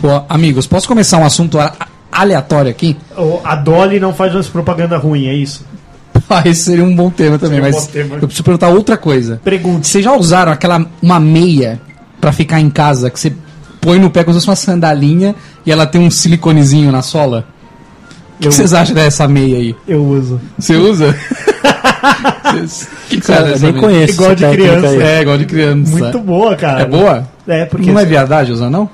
Pô, amigos, posso começar um assunto a- aleatório aqui? O- A Dolly não faz mais propaganda ruim, é isso? Ah, esse seria um bom tema também, Seria um mas bom tema. eu preciso perguntar outra coisa. Pergunte. Vocês já usaram aquela uma meia pra ficar em casa que você põe no pé como se fosse uma sandalinha e ela tem um siliconezinho na sola? O que Eu- vocês acham dessa meia aí? Eu uso. Você usa? Vocês- O que, que você acha Cara, eu dessa nem meia? conheço. Igual essa de técnica criança, aí. É, igual de criança. Muito boa, cara. É boa? É, porque. Não é verdade usar, não?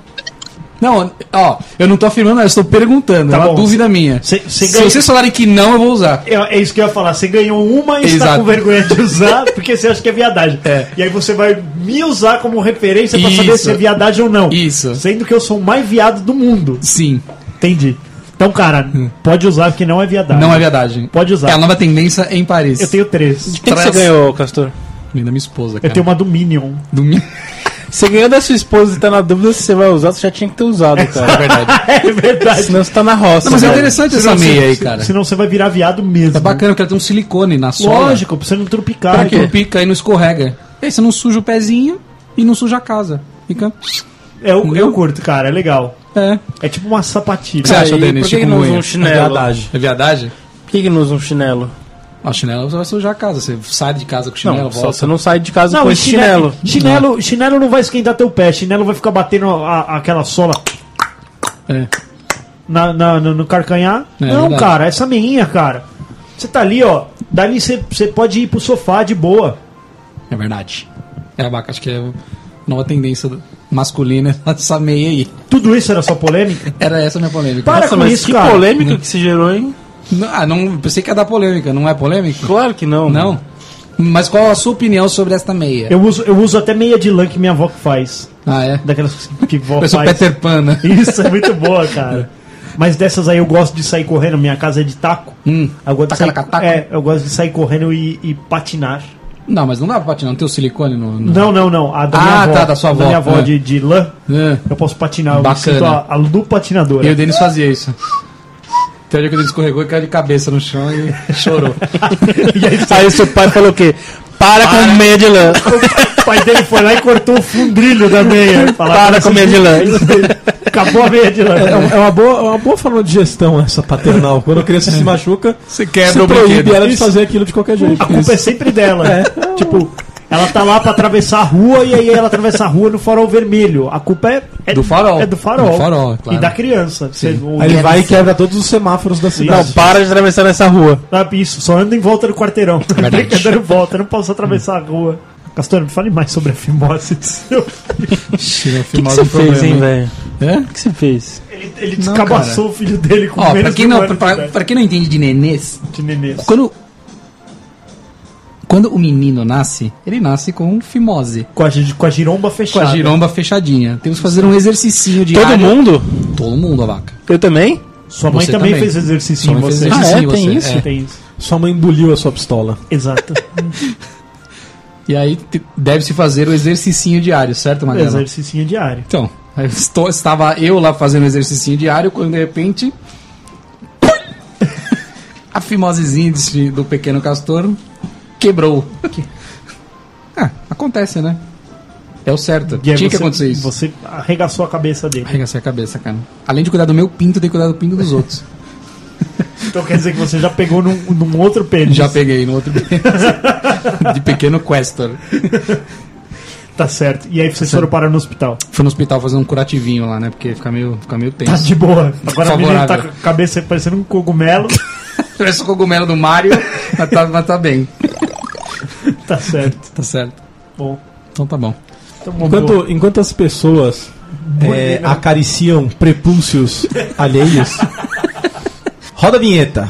Não, ó, eu não tô afirmando, eu estou perguntando. Tá é uma bom. dúvida minha. Cê- cê Se ganha- vocês falarem que não, eu vou usar. É é isso que eu ia falar. Você ganhou uma e está Exato. com vergonha de usar porque você acha que é viadagem. É. E aí você vai me usar como referência para saber Isso. se é viadagem ou não. Isso. Sendo que eu sou o mais viado do mundo. Sim, Entendi. Então, cara, pode usar porque não é viadagem. Hum. não é viadagem. Pode usar. É a nova tendência em Paris. Eu tenho três. O que, que você Traz- ganhou, Castor? Linda minha esposa, Eu cara. tenho É uma do Minion. Do mi- Você ganhou da sua esposa e tá na dúvida se você vai usar, você já tinha que ter usado, É cara. verdade. É verdade. Senão você tá na roça. Não, mas é velho. interessante essa Senão meia você- aí, cara. Senão você vai virar viado mesmo. É bacana que ela tem um silicone na sola. Lógico, pra você não tropicar. Pra que pica e não escorrega. E aí você não suja o pezinho e não suja a casa. Fica. É, eu, eu curto, cara, é legal. É. O É tipo uma sapatilha. que você Aí, acha, Denis? por tipo que que não usa um chinelo? É viadagem. É viadagem? Por que, que não usa um chinelo? Ah, o chinelo você vai sujar a casa. Você sai de casa com o Não, chinelo, só volta. você não sai de casa Não, com e esse chinelo. chinelo. Chinelo, chinelo, não vai esquentar teu pé, chinelo vai ficar batendo a- aquela sola É. na, na- no, no carcanhar. É, não, verdade. cara, essa meinha, cara. Você tá ali, ó. Dali você você pode ir pro sofá de boa. É verdade. É bacana, acho que é a nova tendência do- masculina essa meia aí. Tudo isso era só polêmica? Era essa a minha polêmica. Para Nossa, com mas isso, que cara. polêmica que se gerou, hein? Não, ah, não pensei que ia dar polêmica, não é polêmica? Claro que não. Não. Mas qual a sua opinião sobre esta meia? Eu uso, eu uso até meia de lã que minha avó que faz. Ah, é? Daquelas que vó Eu sou faz. Peter Pan, né? Isso é muito boa, cara. Mas dessas aí eu gosto de sair correndo, minha casa é de taco. Hum. Eu gosto, de sair, Tacaraca-taco? é, eu gosto de sair correndo e, e patinar. Não, mas não dá pra patinar, não tem o silicone no... no- Não, não, não. A da minha Ah, avó, tá, da sua avó, minha avó é. de, de lã, É. eu posso patinar. Eu me Bacana. sinto a, a do E patinadora. o Denis fazia isso. Tem um dia que o Denis escorregou e caiu de cabeça no chão e chorou. Aí seu pai falou o quê? Para, com meia de lã. O pai dele foi lá e cortou o fundrilho da meia. Fala, "Tá, Para com meia de lã. Acabou a meia de lã. É uma, é uma boa, é uma boa forma de gestão essa paternal. Quando a criança se machuca, Você você proíbe ela de fazer aquilo de qualquer jeito. A culpa é sempre dela. Tipo, ela tá lá pra atravessar a rua e aí ela atravessa a rua no farol vermelho. A culpa é, é Do farol. É do farol. Do farol, claro. E da criança. Você- o- Aí ele vai e quebra todos os semáforos da cidade. Não, para de atravessar nessa rua. Ah, isso, só anda em volta do quarteirão. É Verdade. Fica dando volta, eu não posso atravessar a rua. Castor, me fale mais sobre a fimose. O O que, que você fez, hein, velho? velho? O que você fez? Ele, ele descabaçou o filho dele com Ó, pra menos quem, de um não, ano de pra, idade. pra quem não entende de nenês, de nenês. quando quando o menino nasce, ele nasge com fimose, Com a, gi- com a giromba com fechada. a giromba fechadinha. Temos que fazer um exercício de Todo mundo? todo mundo a vaca. Eu também? Sua mãe Você também, também. fez exercício Sua em mãe fez você. exercício. Ah, é? em Tem você, isso? é. Tem isso. Sua mãe engoliu a sua pistola. Exato. E aí te- deve-se fazer o exercício diário, certo, Magalhães? exercício diário. Então, eu estou- estava eu lá fazendo o exercício diário quando de repente a fimosezinha desse- do pequeno castor quebrou. Ah, acontece, né? É o certo. E aí Tinha que você- acontecer isso. Você arregaçou a cabeça dele. Arregacei a cabeça, cara. Além de cuidar do meu pinto, tem que cuidar do pinto dos outros. Então quer dizer que você já pegou num, num outro pênis. Já peguei no outro de pequeno Questor. Tá certo. E aí vocês foram parar no hospital. Fui no hospital fazer um curativinho lá, né? Porque fica meio, fica meio Tá tenso. de boa. Agora a menina tá com Favorável. a cabeça parecendo um cogumelo. Parece o cogumelo do Mario, mas tá, mas tá bem. tá certo. Tá certo. Bom. Então tá bom. Então, Enquanto, enquanto as pessoas é, acariciam prepúcios alheios. Roda a vinheta.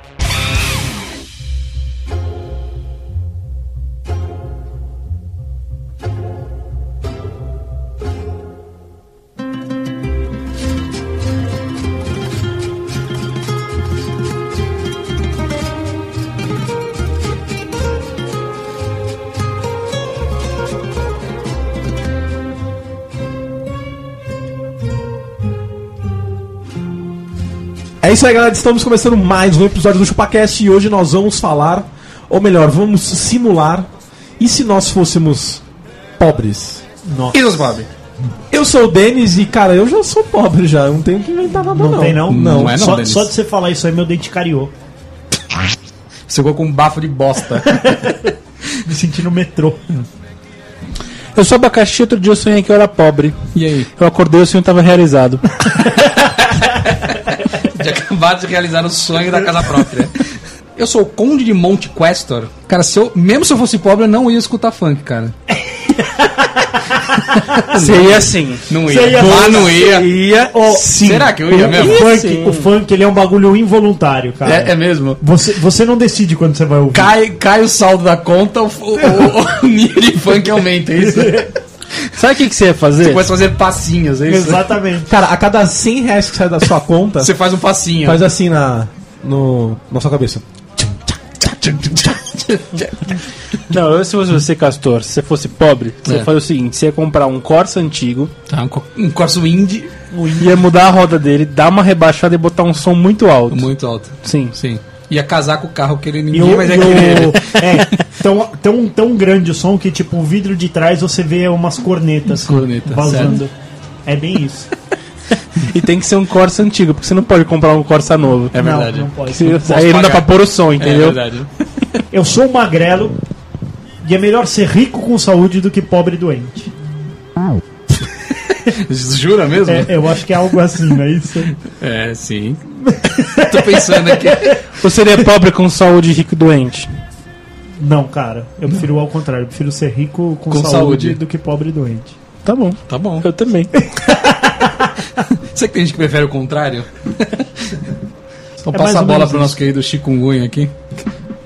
É isso aí, galera. Estamos começando mais um episódio do ChupaCast e hoje nós vamos falar, ou melhor, vamos simular. E se nós fôssemos pobres? E os Bob? Eu sou o Denis e, cara, eu já sou pobre já. Eu não tenho que inventar nada, não. Não tem, né? não? Não é não, só, Denis. só de você falar isso aí, meu dente cariou. Você ficou com um bafo de bosta. Me senti no metrô. Eu sou abacaxi, outro dia eu sonhei que eu era pobre. e aí? Eu acordei e o sonho tava realizado. De acabar de realizar o sonho da casa própria. Eu sou o Conde de Monte Questor. Cara, se eu, mesmo se eu fosse pobre, eu não ia escutar funk, cara. Seria assim. Não Você ia- Lá não ia. Ia Ó, sim. Será Ah, que eu O, ia o mesmo? funk, sim. o funk, ele é um bagulho involuntário, cara. É, é mesmo? Você, você não decide quando você vai ouvir. Cai, cai o saldo da conta, o, o, o- o nível de funk aumenta, é isso? Sabe o que, que você ia fazer? Começa a fazer passinhos, é isso? Exatamente. Cara, a cada 100 reais que sai da sua conta, Você faz um passinho. faz assim na, no, na sua cabeça. Não, eu se fosse você, Castor, se você fosse pobre, você É. ia fazer o seguinte: você ia comprar um Corsa antigo, Tá, um, co- um corso indie ia mudar a roda dele, dar uma rebaixada e botar um som muito alto. muito alto. Sim. Sim. Ia casar com o carro que ele E ninguém o, mais e ia querer. o- é, tão, tão, tão grande o som que, tipo, o vidro de trás você vê umas cornetas Corneta, vazando. É bem isso. E tem que ser um Corsa antigo, porque você não pode comprar um Corsa novo. É verdade. Não, não pode. Se- aí não dá pra pagar. pôr o som, É entendeu? verdade. Eu sou um magrelo e é melhor ser rico com saúde do que pobre e doente. Jura mesmo? É, eu acho que é algo assim, não é isso? É, sim. Tô pensando aqui. Ou seria pobre com saúde e rico e doente? Não, cara. Eu prefiro ao contrário. Eu prefiro ser rico com, Com saúde, saúde. do que pobre e doente. Tá bom. Tá bom. Eu também. Você que tem gente que prefere o contrário? Então É mais passa a ou bola menos pro nosso querido Chikungunya aqui.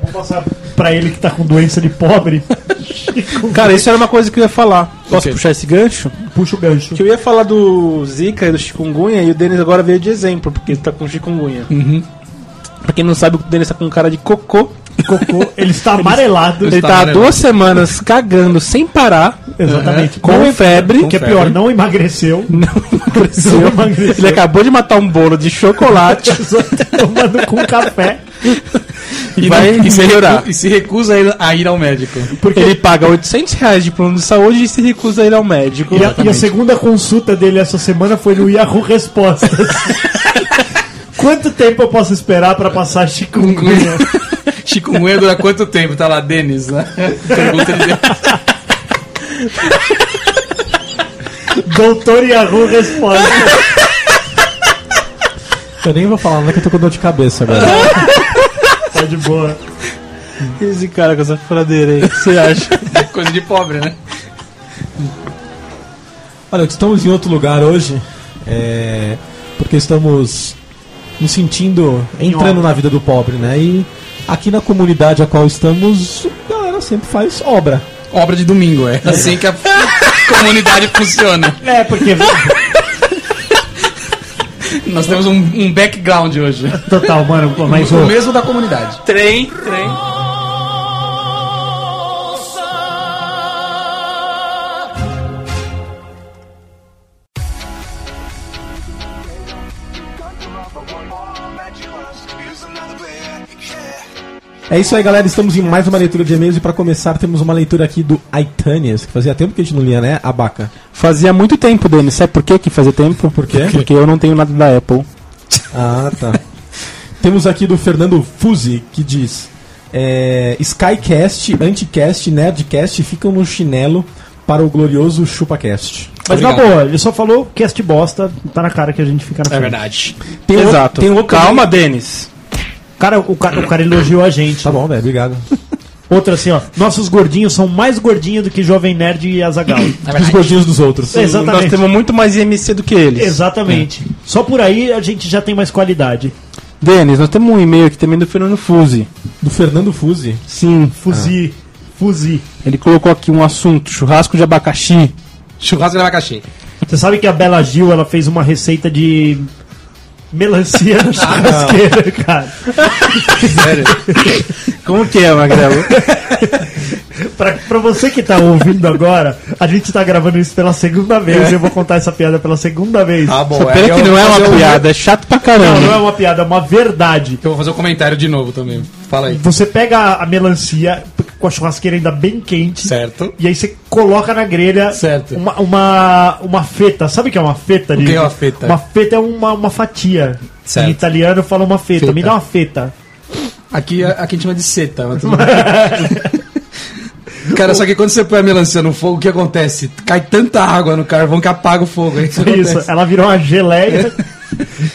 Vou passar pra ele que tá com doença de pobre. Cara, isso era uma coisa que eu ia falar. Posso quê? puxar esse gancho? Puxa o gancho. Que eu ia falar do Zika e do chikungunya e o Denis agora veio de exemplo, porque ele tá com chikungunya. Uhum. Pra quem não sabe, o Denis tá com cara de cocô. Cocô, ele está amarelado. Ele tá tá há amarelo. duas semanas cagando sem parar, Exatamente. com febre. Que é pior, não emagreceu. Não emagreceu. emagreceu. Ele acabou de matar um bolo de chocolate Só tá tomando com café. e vai não- e se melhorar. recu- E se recusa a ir- a ir ao médico. Porque Ele paga 800 reais de plano de saúde e se recusa a ir ao médico. e a, e a segunda consulta dele essa semana foi no Yahoo Respostas. Quanto tempo eu posso esperar pra passar chikungunya? Chikungunya dura quanto tempo? Tá lá, Denis, né? Pergunta de Denis. Doutor Yahoo Respostas. Eu nem vou falar, não é que eu tô com dor de cabeça agora. Tá de boa. Esse cara com essa furadeira aí, o que você acha? Coisa de pobre, né? Olha, estamos em outro lugar hoje, é, porque estamos nos sentindo, entrando na vida do pobre, né? E aqui na comunidade a qual estamos, a galera sempre faz obra. Obra de domingo, é. Assim que a comunidade funciona. É, porque. Nós temos um, um background hoje. Total, mano, pô, mas O ô, mesmo da comunidade. Trem, trem. É isso aí, galera. Estamos em mais uma leitura de e-mails e para começar temos uma leitura aqui do Aitanias, que fazia tempo que a gente não lia, né? Abaca. Fazia muito tempo, Denis. Sabe por que que fazia tempo? Por quê? Porque eu não tenho nada da Apple. Ah, tá. Temos aqui do Fernando Fuzzi, que diz: é, Skycast, Anticast, Nerdcast ficam no chinelo para o glorioso ChupaCast. Mas na Obrigado. boa, ele só falou cast bosta, tá na cara que a gente fica na frente. verdade. Tem outro- Exato. tem outro- Calma, Denis. Cara, o cara, o cara elogiou a gente. Tá bom, velho, obrigado. Outro assim, ó. Nossos gordinhos são mais gordinhos do que Jovem Nerd e Azagal. Os gordinhos dos outros. Nós temos muito mais IMC do que eles. Exatamente. Só por aí a gente já tem mais qualidade. Denis, nós temos um e-mail aqui também do Fernando Fuzzi. Do Fernando Fuzzi. Sim. Fuzi. Fuzi. Ele colocou aqui um assunto, churrasco de abacaxi. Churrasco de abacaxi. Você sabe que a Bela Gil, ela fez uma receita de melancia na churrasqueira, cara. Como que é, Magrelo? Pra, pra você que tá ouvindo agora, a gente tá gravando isso pela segunda vez. Eu vou contar essa piada pela segunda vez. Ah, Tá bom, Só pena que não é uma um piada, é chato pra Não, caramba. não é uma piada, é uma verdade. Eu vou fazer o comentário de novo também. Fala aí. Você pega a- a melancia com a churrasqueira ainda bem quente. Certo. E aí você coloca na grelha Certo. Uma, uma, uma feta. Sabe o que é uma feta? que Nick? é uma feta? Uma feta é uma, uma fatia. Certo. Em italiano fala uma feta. Feta. Me dá uma feta. Aqui, é, aqui a gente chama de seta, mas tudo bem. Cara, só que quando você põe a melancia no fogo, o que acontece? Cai tanta água no carvão que apaga o fogo. É isso que Foi isso. acontece. Ela virou uma geleia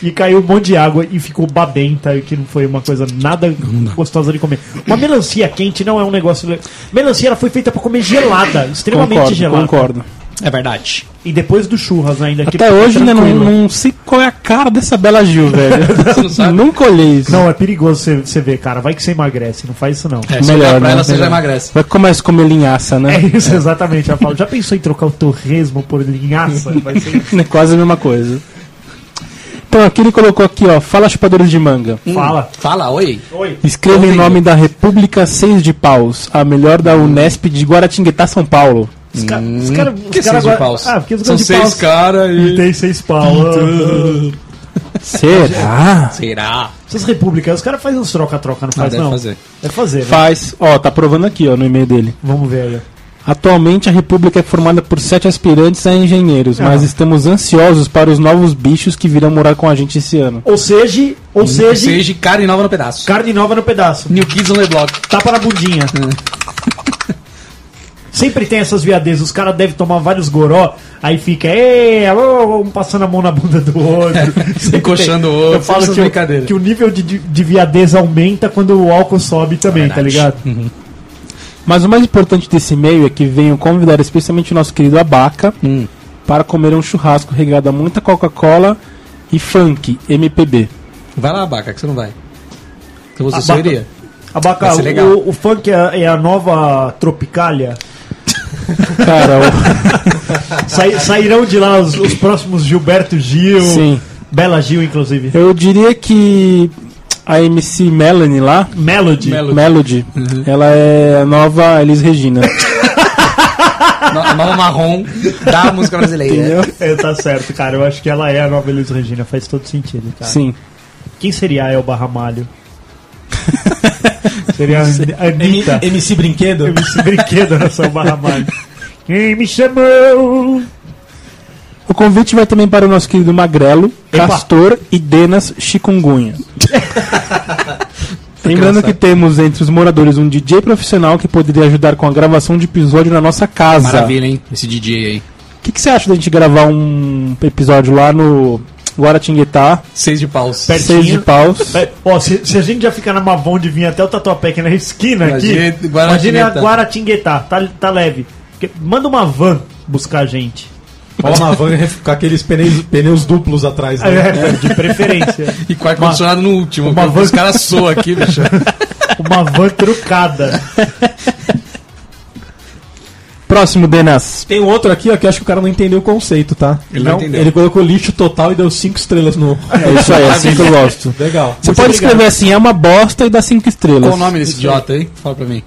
e caiu um monte de água e ficou babenta, que não foi uma coisa nada gostosa de comer. Uma melancia quente não é um negócio. le- Melancia ela foi feita pra comer gelada, extremamente Concordo, gelada. concordo. É verdade. E depois do churras ainda. que Até fica hoje né, não, tranquilo. não sei qual é a cara dessa Bela Gil, velho. Você não sabe? Nunca olhei isso. Não, é perigoso você- você ver, cara. Vai que vocêemagrece, não faz isso não. É, se olhar melhor, pra né? ela, você já Melhor. emagrece. Vai que começa a comer linhaça, É né? isso, exatamente. Ela fala, já pensou em trocar o torresmo por linhaça? Vai ser... É quase a mesma coisa. Então aqui ele colocou aqui, ó, fala chupadores de manga. um Fala. Fala, oi. Oi. Escreva em Ouvindo. nome da República Seis de Paus, a melhor da Unesp de Guaratinguetá, São Paulo. Os caras. Os cara, os Que cara seis de agora- paus? Ah, porque os São caras de seis paus. caras E e... tem seis paus. Será? Será? Essas repúblicas, os caras fazem uns troca-troca, não faz deve não? fazer. Ah, Deve fazer, né? Faz. Ó, tá provando aqui, ó, no e-mail dele. Vamos ver aí. Atualmente a República é formada por sete aspirantes a engenheiros, mas estamos ansiosos para os novos bichos que virão morar com a gente esse ano. Ou seja, ou Hum, seja, Seja cara e nova no pedaço. carne nova no pedaço. New Kids on the Block. Tapa na bundinha. Sempre tem essas viadezas, os caras devem tomar vários goró, aí fica, "Ê, alô", um passando a mão na bunda do outro. Sempre Encoxando tem. o outro, Eu falo essas que, o, brincadeiras. que o nível de, de, de viadez aumenta quando o álcool sobe também, tá ligado? Uhum. Mas o mais importante desse e-mail é que venham convidar especialmente o nosso querido Abaca para comer um churrasco regado a muita Coca-Cola e funk, MPB. Vai lá, Abaca, que você não vai. Então você só Abaca. iria. Abaca, Vai ser legal. o, o funk é, é a nova tropicália. Cara, o- Sai- sairão de lá os, os próximos Gilberto Gil, sim. Bela Gil, inclusive. Eu diria que a MC Melanie lá, Melody. Melo- Melody, ela é a nova Elis Regina. No- A nova marrom da música brasileira. É, tá certo, cara. Eu acho que ela é a nova Elis Regina. Faz todo sentido, cara. Sim. Quem seria a Elba Ramalho? seria a Anitta. MC Brinquedo? MC Brinquedo nessa Elba Ramalho. Quem me chamou? O convite vai também para o nosso querido Magrelo, Epa. Castor e Denas Chikungunya. Lembrando que temos entre os moradores um DJ profissional que poderia ajudar com a gravação de episódio na nossa casa. Maravilha, hein? Esse DJ aí. O que, que você acha da gente gravar um episódio lá no Guaratinguetá, Seis de paus. Pera- Pertinho. Seis de Paus? É, Ó, se, se a gente já ficar na Mavon de vir até o Tatuapé aqui na esquina aqui, Imagina- imagina a Guaratinguetá. Guaratinguetá, tá, tá leve. Porque- manda uma van buscar a gente. Olha uma van com aqueles pneus, pneus duplos atrás, né? É, de preferência. E com ar-condicionado no último. uma porque van- Os caras soam aqui, bicho. Uma van trucada. Próximo, Denas. Tem um outro aqui, ó, que eu acho que o cara não entendeu o conceito, tá? Ele não entendeu. Ele colocou lixo total e deu cinco estrelas no. É isso aí, é assim que eu gosto. Legal. Você pode escrever assim, é uma bosta e dá cinco estrelas. Qual o nome desse idiota aí? Fala pra mim.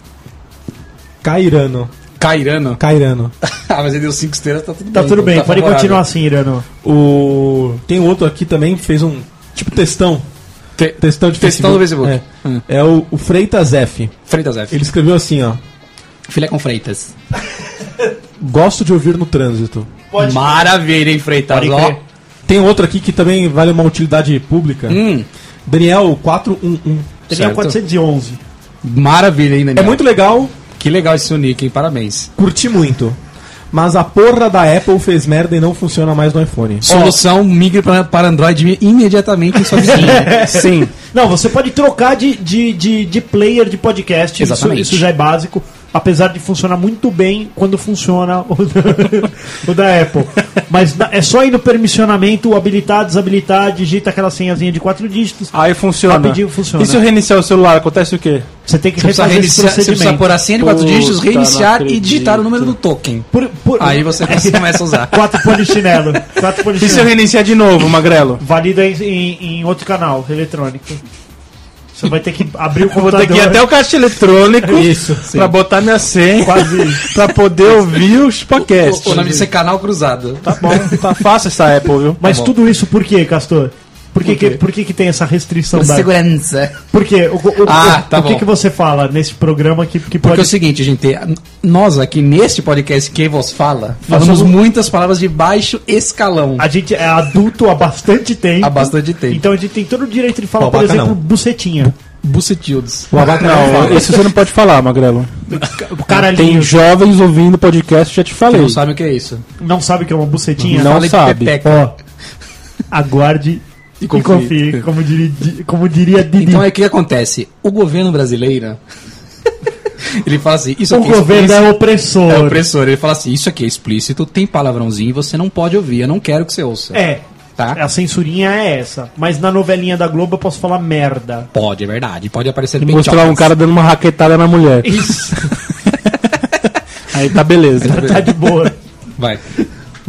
Cairano. Cairano. Cairano. Ah, mas ele deu cinco estrelas, tá tudo Tá bem. tudo bem, pode favorável. continuar assim, Irano. O. Tem outro aqui também que fez um. Tipo textão. Te... Textão de Textão do É, Facebook. Hum. É o, o Freitas F. Freitas F. Ele escreveu assim, ó. Filé com Freitas. Gosto de ouvir no trânsito. Maravilha, hein, Freitas? Pode Ó. crer. Tem outro aqui que também vale uma utilidade pública. Hum, Daniel 411. Teria Certo. 411. maravilha, hein, É Daniel? muito legal, Que legal esse seu nick, hein? Parabéns. curti muito. Mas a porra da Apple fez merda e não funciona mais no iPhone. Solução, migre pra- para Android imediatamente em sua vizinha. É, Sim. Não, você pode trocar de, de, de, de player de podcast. isso- Exatamente. Isso, já é básico. Apesar de funcionar muito bem quando funciona o da, o da Apple. Mas na- é só ir no permissionamento, habilitar, desabilitar, digita aquela senhazinha de quatro dígitos. Aí funciona. Rapidinho funciona. E se eu reiniciar o celular, acontece o quê? Você tem que Você precisa, refazer esse reiniciar, você precisa procedimento. pôr a senha de quatro Puta, dígitos, reiniciar não e digitar o acredito. número do token. Por- por- Aí você começa a usar. Quatro polichinelo. Quatro E se eu polichinelo. reiniciar de novo, Magrelo? Valida em, em, em outro canal eletrônico. Você vai ter que abrir o Eu vou computador. ter que ir até o caixa eletrônico Isso, sim. pra botar minha senha, Quase. pra poder ouvir o Chupacast. O, o nome disso é canal cruzado. Tá bom, tá fácil essa Apple, viu? Mas Tá bom. tudo isso por quê, Castor? Por que, que, por que, que tem essa restrição da. Segurança. Porque o, o- Ah, o- tá o que, bom. que você fala nesse programa que, Porque é que pode. o seguinte, gente, a- nós aqui neste podcast que vos fala, Nós falamos somos- muitas palavras de baixo escalão. A gente é adulto há bastante tempo. Há bastante tempo. Então a gente tem todo o direito de falar, por Babaca exemplo, não. bucetinha. Bucetildos. O abaca Não, isso você não pode falar, Magrelo. Tem Caralhinho. jovens ouvindo o podcast, já te Que falei. não sabe o que é isso. Não sabe o que é uma bucetinha? Não Fala de sabe. pepeca. Ó. Aguarde e confie, confie. como, diria, Di- como diria Didi. Então é o que acontece. O governo brasileiro. ele fala assim: isso o aqui governo explícito. é opressor. É opressor. Ele fala assim: isso aqui é explícito, tem palavrãozinho e você não pode ouvir. Eu não quero que você ouça. É, Tá? a censurinha é essa. Mas na novelinha da Globo eu posso falar merda. Pode, é verdade. Pode aparecer E mostrar um penteadas. cara dando uma raquetada na mulher. Isso, Aí tá beleza. tá de boa. Vai.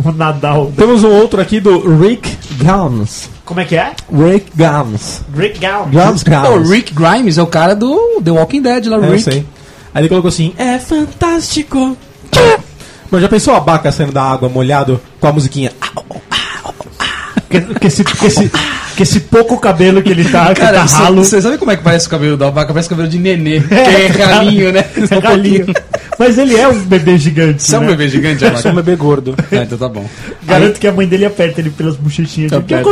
O Nadal. Temos um outro aqui do Rick Gowns. Como é que é? Rick Gowns. Rick Gown. Gowns Não, Gowns. o Rick Grimes é o cara do The Walking Dead lá, É, eu Rick. sei. Aí ele colocou assim, é fantástico. Mas já pensou a abaca saindo da água molhado com a musiquinha? Que, que esse, que, esse, que esse pouco cabelo que ele tá, que tá Cara, você- ralo. você sabe como é que parece o cabelo da vaca? Parece o cabelo de nenê. Que É, é galinho, né? É galinho. Mas ele é um bebê gigante. Você é um né? bebê gigante, Eu sou um Abaca? bebê gordo. Ah, então tá bom. Garanto que a mãe dele aperta ele pelas bochechinhas. de- Aperta.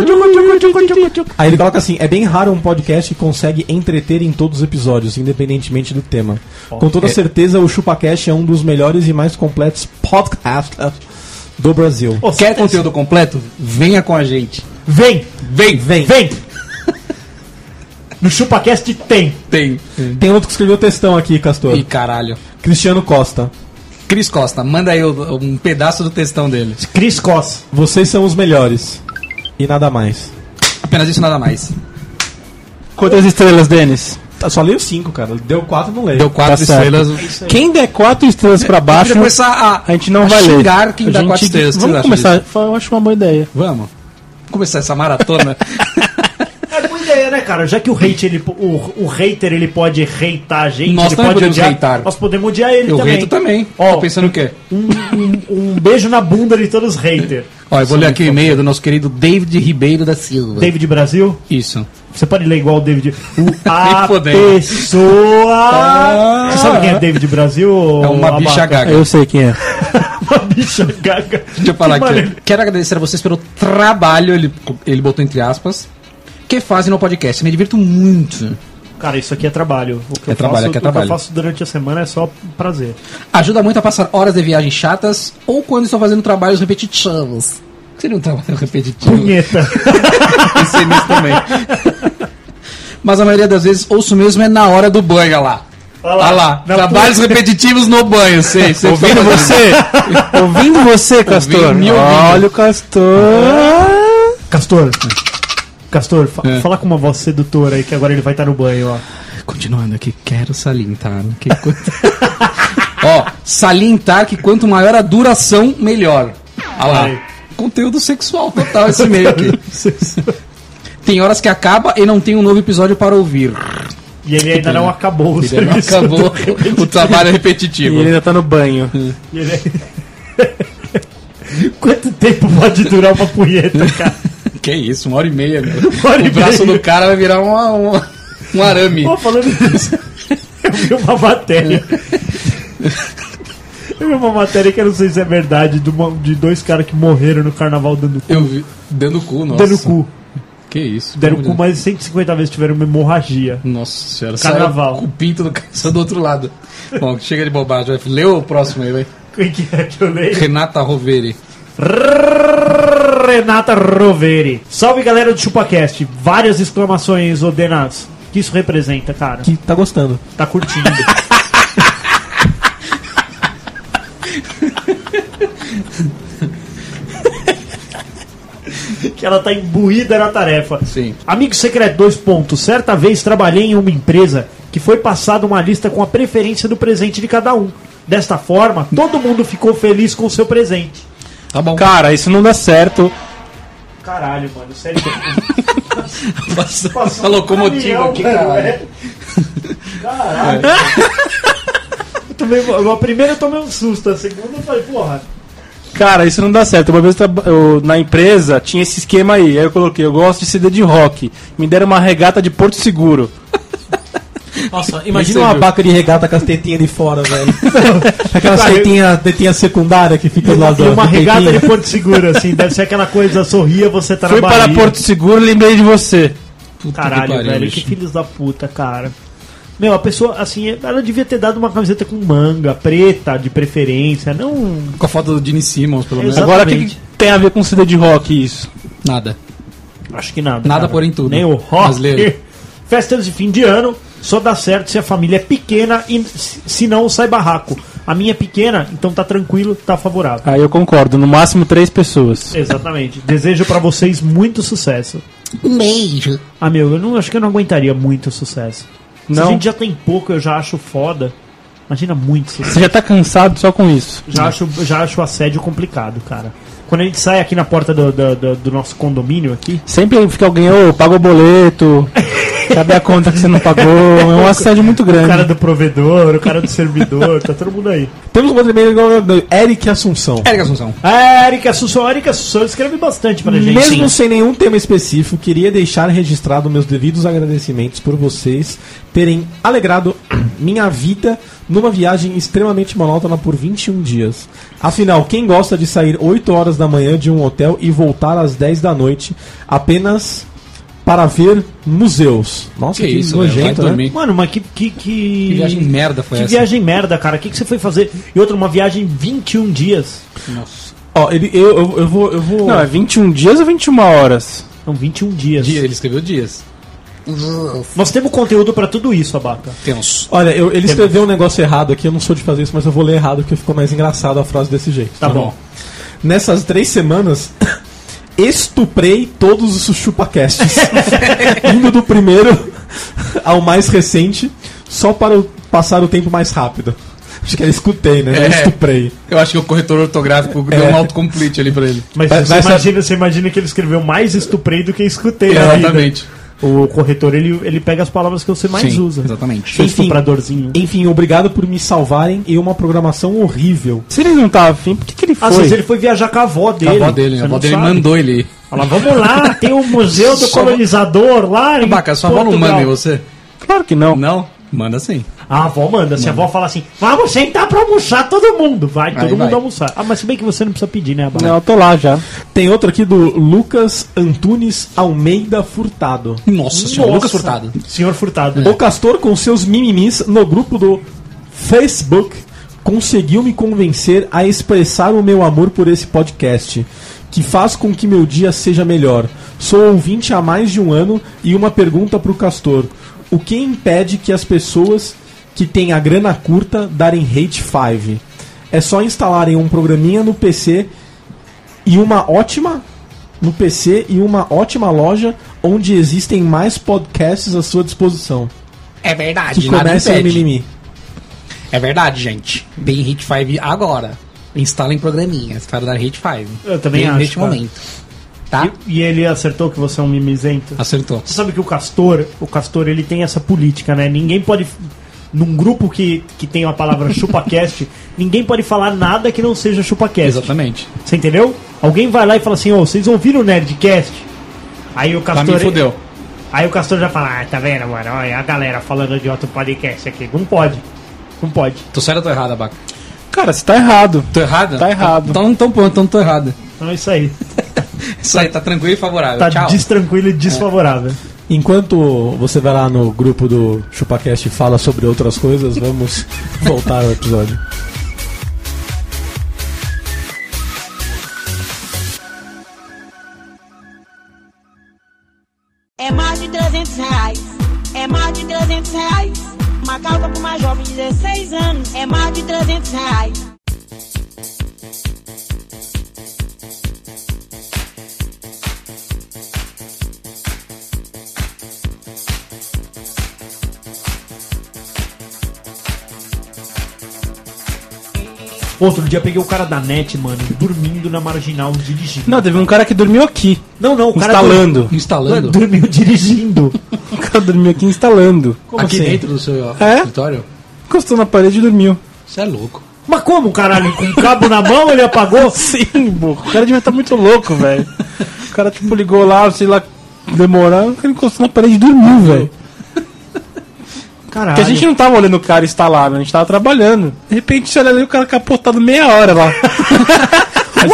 Aí ele coloca assim, é bem raro um podcast que consegue entreter em todos os episódios, independentemente do tema. Com toda certeza, o ChupaCast é um dos melhores e mais completos podcasts do Brasil. Ô, Quer conteúdo completo? Venha com a gente. Vem, Vem, Vem. vem. No ChupaCast tem. Tem. Tem outro que escreveu textão aqui, Castor. Ih, caralho. Cristiano Costa. Cris Costa, manda aí o- um pedaço do textão dele. Cris Cos. Vocês são os melhores. E nada mais. Apenas isso, nada mais. Quantas estrelas, Denis? Tá, Só leio cinco, cara. Deu quatro, não leio. Deu quatro Tá certo. estrelas. Quem der quatro estrelas pra A baixo, gente começar a, a gente não a vai ler. xingar quem A dá gente- quatro estrelas. O que vocês Vamos acham começar. disso? Eu acho uma boa ideia. Vamos. Começar essa maratona. É boa ideia, né, cara? Já que o hate, ele, o, o hater, ele pode reitar a gente, Nós ele também pode podemos odiar, hatear. nós podemos odiar ele Eu também. reto também. Ó, Tá pensando o quê? um, um- um beijo na bunda de todos os haters. Ó, eu vou ler tá aqui o e-mail do nosso querido David Ribeiro da Silva. David Brasil, Isso. você pode ler igual o David. O, a fodendo. Ah. pessoa. Você sabe quem é David Brasil? É uma bicha gaga. gaga. Eu sei quem é. uma bicha gaga. Deixa eu falar Que aqui. maneiro. Quero agradecer a vocês pelo trabalho, ele, ele botou entre aspas, que fazem no podcast. Me divirto muito. Cara, isso aqui é trabalho. O que É eu trabalho, aqui é faço, o que eu trabalho. faço durante a semana é só prazer. Ajuda muito a passar horas de viagem chatas ou quando estou fazendo trabalhos repetitivos. O que Seria um trabalho repetitivo. Punheta. Pensei nisso também. Mas a maioria das vezes ouço mesmo é na hora do banho, olha lá. Olha Olha lá. lá. Na Trabalhos repetitivos no banho, sei. sei Ouvindo você, ouvindo você, Castor. me ouvindo. Olha o Castor. Castor. Castor, fa É. fala com uma voz sedutora aí que agora ele vai estar no banho, ó. Continuando aqui, quero salientar que quanto... Ó, salientar que quanto maior a duração, melhor. Olha Aí. lá. Conteúdo sexual total esse meio aqui. Tem horas que acaba e não tem um novo episódio para ouvir. E ele ainda não acabou o Ele não serviço. acabou do- o trabalho E repetitivo. ele ainda tá no banho. Hum. E ele- Quanto tempo pode durar uma punheta, cara? Que isso, uma hora e meia, meu. hora e o braço meia. do cara vai virar uma- uma- um arame. Pô, falando disso, eu vi uma matéria. Eu vi uma matéria que eu não sei se é verdade, de, uma- de dois caras que morreram no carnaval dando cu. Eu vi. Dando cu, nossa. Dando cu. Que isso. Deram pelo cu amor mais de 150 vezes, tiveram uma hemorragia. de Deus. Nossa senhora. Carnaval. Saiu o pinto do cara saiu do outro lado. Bom, chega de bobagem. vai. Lê o próximo aí, vai. Quem que é que eu leio? Renata Roveri. Renata Roveri. Salve galera do ChupaCast. Várias exclamações, ô Denas. O que isso representa, cara? Que tá gostando. Tá curtindo. que ela tá imbuída na tarefa. Sim. Amigo secreto, dois pontos. Certa vez trabalhei em uma empresa que foi passada uma lista com a preferência do presente de cada um. Desta forma, todo mundo ficou feliz com o seu presente. Tá bom. Cara, isso não dá certo. Caralho, mano, sério. Passa- Essa locomotiva aqui, cara. Caralho. Caralho. Eu tomei, a primeira eu tomei um susto, a segunda eu falei, porra. Cara, isso não dá certo. Uma vez eu, traba- eu- na empresa tinha esse esquema aí. Aí eu coloquei, eu gosto de CD de rock. Me deram uma regata de Porto Seguro. Ah, Nossa, Isso imagina aí, uma viu? vaca de regata com as tetinhas de fora, velho. Aquelas tetinhas tetinha secundária que fica do lado E da- uma da regata tetinha. de Porto Seguro, assim, deve ser aquela coisa, sorria, você tá Fui na para Bahia. Porto Seguro e lembrei de você. Puta Caralho, velho, que filhos da puta, cara. Meu, a pessoa, assim, ela devia ter dado uma camiseta com manga, preta, de preferência, não. Com a foto do Gene Simmons, pelo menos. Exato. Agora, o que, que tem a ver com CD de rock isso? Nada. Acho que nada. Nada, porém, tudo. Nem o rock. Brasileiro. Festas de fim de ano só dá certo se a família é pequena e se se não sai barraco. A minha é pequena, então tá tranquilo, tá favorável. Aí eu concordo, no máximo três pessoas. Exatamente. Desejo pra vocês muito sucesso. Um beijo. Ah, meu, eu não acho que eu não aguentaria muito sucesso. Se Não? a gente já tem pouco, eu já acho foda. Imagina muito sucesso. Você já tá cansado só com isso. Já acho, já acho o assédio complicado, cara. Quando a gente sai aqui na porta do, do, do- do nosso condomínio aqui, Sempre fica alguém, ô, paga o boleto, cadê a conta que você não pagou? É um assédio muito o grande. cara do provedor, o cara do servidor, tá todo mundo aí. Temos um outro e-mail do- do Eric Assunção. Érica Assunção. A Ah, é, Erika Assunção, a Erika Assunção escreve bastante pra gente. Mesmo sem nenhum tema específico, queria deixar registrado meus devidos agradecimentos por vocês terem alegrado minha vida numa viagem extremamente monótona por 21 dias. Afinal, quem gosta de sair 8 horas da manhã de um hotel e voltar às 10 da noite apenas para ver museus? Nossa, Que isso, velho, vai nojento, né? dormir. Mano, mas que. Que, que... Que viagem merda foi Que essa? viagem merda, cara. O que, que você foi fazer? E outra, uma viagem 21 dias. Nossa. Ó, ele, eu, eu, eu vou... Eu vou... Não, é 21 dias ou 21 horas? Não, 21 dias. Dia, ele escreveu dias. Nós temos conteúdo pra tudo isso, Abaca. Tenso. Olha, eu- ele escreveu um negócio errado aqui, eu não sou de fazer isso, mas eu vou ler errado porque ficou mais engraçado a frase desse jeito. Tá bom. Nessas três semanas, estuprei todos os chupacasts. indo do primeiro ao mais recente, só para o- passar o tempo mais rápido. Acho que era escutei, né? Não É. Estuprei. Eu acho que o corretor ortográfico deu um autocomplete ali pra ele. É. Mas Vai- você, vai saber- imagina, você imagina que ele escreveu mais estuprei do que escutei. na vida. Exatamente. O corretor, ele, ele pega as palavras que você mais Sim, usa. Exatamente. Seu estupradorzinho. Enfim, obrigado por me salvarem e uma programação horrível. Se ele não tá afim, por que, que ele foi? Ah, se ele foi viajar com a avó A dele. avó dele, você a avó não dele sabe? mandou ele. Fala, vamos lá, tem o Museu do Sua Colonizador lá em Baca, sua avó não Portugal. manda em você? Claro que não. Não? Manda sim. A avó manda. Se a avó fala assim, vamos sentar pra almoçar todo mundo. Vai, todo Aí mundo vai. almoçar. Ah, mas se bem que você não precisa pedir, né, Abaca? Não, eu tô lá já. Tem outro aqui do Lucas Antunes Almeida Furtado. Nossa senhora, Lucas Furtado. Senhor Furtado. O Castor, com seus mimimis no grupo do Facebook, conseguiu me convencer a expressar o meu amor por esse podcast, que faz com que meu dia seja melhor. Sou ouvinte há mais de um ano e uma pergunta pro Castor: O que impede que as pessoas que têm a grana curta darem Hate 5? É só instalarem um programinha no PC e uma ótima no PC e uma ótima loja onde existem mais podcasts à sua disposição. É verdade, Que nada comece o impede. mimimi. É verdade, gente. Deem Hit 5 agora. Instalem programinhas para dar Hit 5. Eu também Deem acho, É. Neste cara. momento. Tá? E, e ele acertou que você é um mimizento? Acertou. Você sabe que o Castor, o Castor, ele tem essa política, né? Ninguém pode... Num grupo que, que tem a palavra chupacast, ninguém pode falar nada que não seja chupacast. Exatamente. Você entendeu? Alguém vai lá e fala assim, ô, vocês ouviram o Nerdcast? Aí o Pra Castor... mim fudeu. Aí o Castor já fala, ah, tá vendo, mano? Olha a galera falando de outro podcast aqui. Não pode. Não pode. Tô sério ou tô errada, Baca? Cara, você tá errado. Tô errada? Tá errado. Então, então pronto, então tô errada. Então é isso aí. Isso aí, tá tranquilo e favorável. Tá Tchau. destranquilo e desfavorável. Enquanto você vai lá no grupo do ChupaCast e fala sobre outras coisas, vamos voltar ao episódio. É mais de 300 reais. É mais de 300 reais. Uma calça para uma jovem de 16 anos. É mais de 300 reais. Outro dia peguei o cara da net, mano, dormindo na marginal dirigindo. Não, teve um cara que dormiu aqui, Não, Um não, o cara. instalando. Dormiu, Instalando. dormiu dirigindo. O um cara dormiu aqui instalando. Aqui assim? dentro do seu É? escritório? Encostou na parede e dormiu. Você é louco. Mas como, caralho? Com o cabo na mão ele apagou? Sim, burro. O cara devia estar muito louco, velho. O cara, tipo, ligou lá, sei lá, demorar, o cara encostou na parede e dormiu, velho. Caralho. Porque a gente não tava olhando o cara instalar, né? a gente tava trabalhando. De repente você olha ali o cara capotado meia hora lá.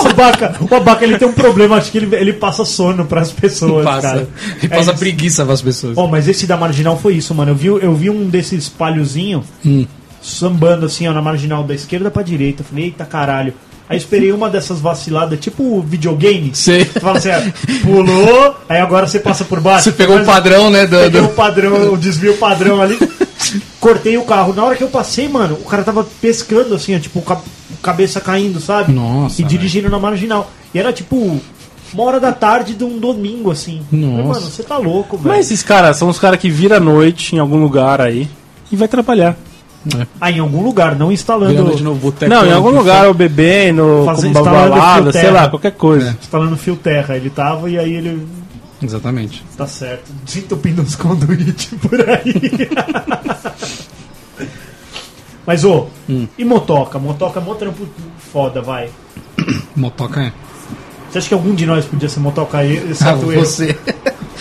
O abaca, o abaca ele tem um problema, acho que ele, ele passa sono pras pessoas, cara. E passa É isso. preguiça pras pessoas. Ó, mas esse da marginal foi isso, mano. Eu vi, eu vi um desses palhozinho Hum. sambando assim, ó, na marginal da esquerda pra direita. Eu Falei, eita caralho. Aí esperei uma dessas vaciladas, tipo videogame. Sei. Tu fala assim, ó, pulou, aí agora você passa por baixo. Você pegou o Mas- padrão, né, do- Peguei do... o padrão, o desvio padrão ali. Cortei o carro. Na hora que eu passei, mano, o cara tava pescando assim, ó, tipo, ca- cabeça caindo, sabe? Nossa, E dirigindo na marginal. E era tipo uma hora da tarde de um domingo, assim. Eu falei, Nossa. mano, você tá louco, velho. Mas esses caras são os caras que viram à noite em algum lugar aí e vai trabalhar. Ah, em algum lugar, não instalando, Virando de novo boteco. não, em algum lugar, ou bebendo, Fazer- com ba- instalando fio balada, sei terra. lá, qualquer coisa. instalando fio terra. Ele tava e aí ele. Exatamente. Tá certo. Desentupindo os conduítes por aí. Mas, ô, e motoca? Motoca é mó trampo foda, vai. Motoca é. Você acha que algum de nós podia ser motocaeiro, Ah, exceto eu? você.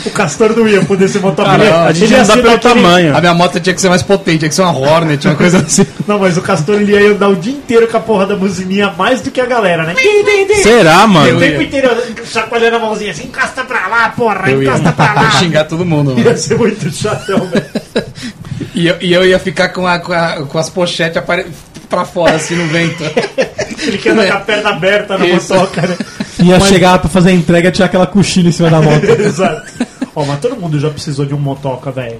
O Castor não ia poder ser motocaeiro. Cara, a gente Ele ia não dá ser pelo daquele- tamanho. A minha moto tinha que ser mais potente, tinha que ser uma Hornet, uma coisa assim. Não, mas o Castor ele ia andar o dia inteiro com a porra da buzininha mais do que a galera, né? Será, O Ah, mano? tempo inteiro chacoalhando a mãozinha assim, encosta pra lá, porra, Eu ia encosta pra lá. xingar todo mundo. mano. Ia ser muito chatão, velho. E eu, e eu ia ficar com, a- com, a- com as pochetes apare... pra fora, assim, no vento. Ele quer andar com a perna aberta na Isso. motoca, né? Ia chegar lá pra fazer a entrega e tirar aquela cochila em cima da moto. Exato. Ó, mas todo mundo já precisou de um motoca, velho.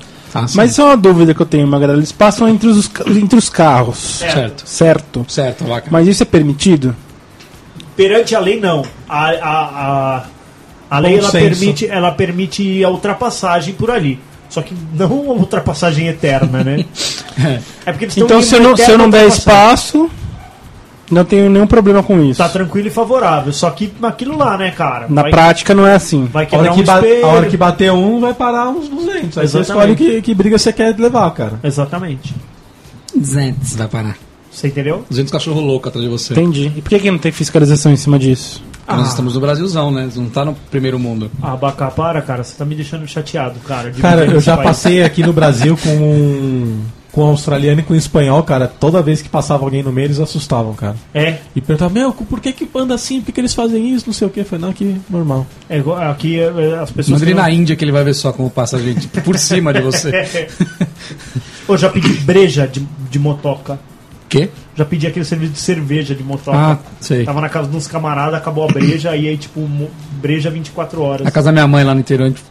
Mas isso é uma dúvida que eu tenho, Magrela. Eles passam entre os, entre os carros, Certo. certo? Certo, vaca. Mas isso é permitido? Perante a lei, não. A, a, a, a lei Bom ela senso. permite, ela permite a ultrapassagem por ali. Só que não uma ultrapassagem eterna, né? É porque eles tão Então, indo se eu, não, se eu não der ultrapassagem. espaço, não tenho nenhum problema com isso. Tá tranquilo e favorável. Só que naquilo lá, né, cara? Na vai, prática não é assim. vai A quebrar hora, um que ba- espelho. a hora que bater um, vai parar uns 200. Aí você Exatamente. escolhe que, que briga você quer levar, cara. Exatamente. 200 vai parar. Você entendeu? 200 cachorro louco atrás de você. Entendi. E por que, que não tem fiscalização em cima disso? Nós estamos no Brasilzão, né? Não tá no primeiro mundo. Ah, Abacá, para, cara. Você tá me deixando chateado, cara. de Cara, viver eu nesse já país. passei aqui no Brasil com um, com um australiano e com um espanhol, cara. Toda vez que passava alguém no meio, eles assustavam, cara. É, E perguntavam, meu, por que que anda assim? Por que eles fazem isso? Não sei o que. Foi, não, que normal. é igual- aqui é, as pessoas. Mas ele que não- na Índia que ele vai ver só como passa a gente por cima de você. Eu É. já pedi breja de, de motoca. Quê? Já pedi aquele serviço de cerveja de motoca. Ah, sei. Tava na casa de uns camaradas, acabou a breja, e aí, tipo, mo- breja 24 horas. Na casa da minha mãe lá no interior a gente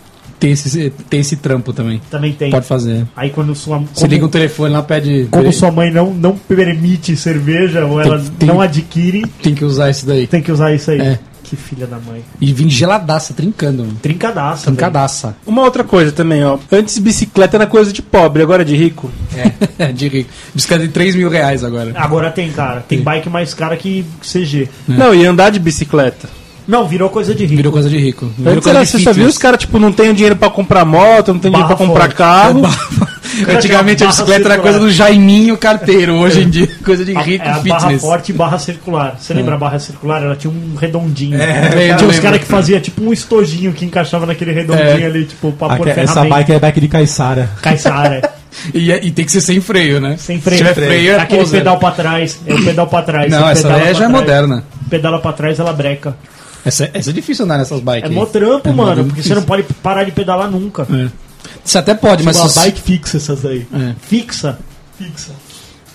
tem esse, tem esse trampo também. Também tem. Pode fazer. Aí quando sua Você liga o telefone lá, pede. como sua mãe não, não permite cerveja ou ela tem- não adquire, Tem que usar esse daí. tem que usar isso aí. É. Que filha da mãe. E vim geladaça, trincando. mano. Trincadaça. velho. Trincadaça. Uma outra coisa também, ó. Antes bicicleta era coisa de pobre, agora é de rico. É, de rico. Bicicleta de 3 mil reais agora. Agora tem, cara. Tem bike mais cara que CG. É. Não, e andar de bicicleta. Não, virou coisa de rico. Virou coisa de rico. Virou Antes coisa era, de você só viu fitness. os caras, tipo, não tem dinheiro pra comprar moto, não tem dinheiro pra Barra comprar fora. É carro. Antigamente a Barra bicicleta era circular. coisa do Jaiminho carteiro. Hoje em dia é coisa de A- rico é a barra fitness. Hum. forte e barra circular. Você lembra a barra circular? Ela tinha um redondinho. É, eu tinha uns lembro. caras que fazia tipo um estojinho que encaixava naquele redondinho É. ali, tipo, pra Ah, pôr que- ferramenta. essa bike é bike de Caissara. Caiçara. E, é- e tem que ser sem freio, né? Sem freio. Se tiver freio, é Aquele poser. pedal pra trás. É o pedal pra trás. Não, Você essa pedala daí pra já é trás. moderna. Pedala pra trás, ela breca. Essa, essa é difícil andar nessas É bikes. mó aí. trampo, mó mano, trampo porque você difícil. não pode parar de pedalar É. nunca. Você até pode, mas. Uma se- bike fixa essas aí. É. Fixa. Fixa.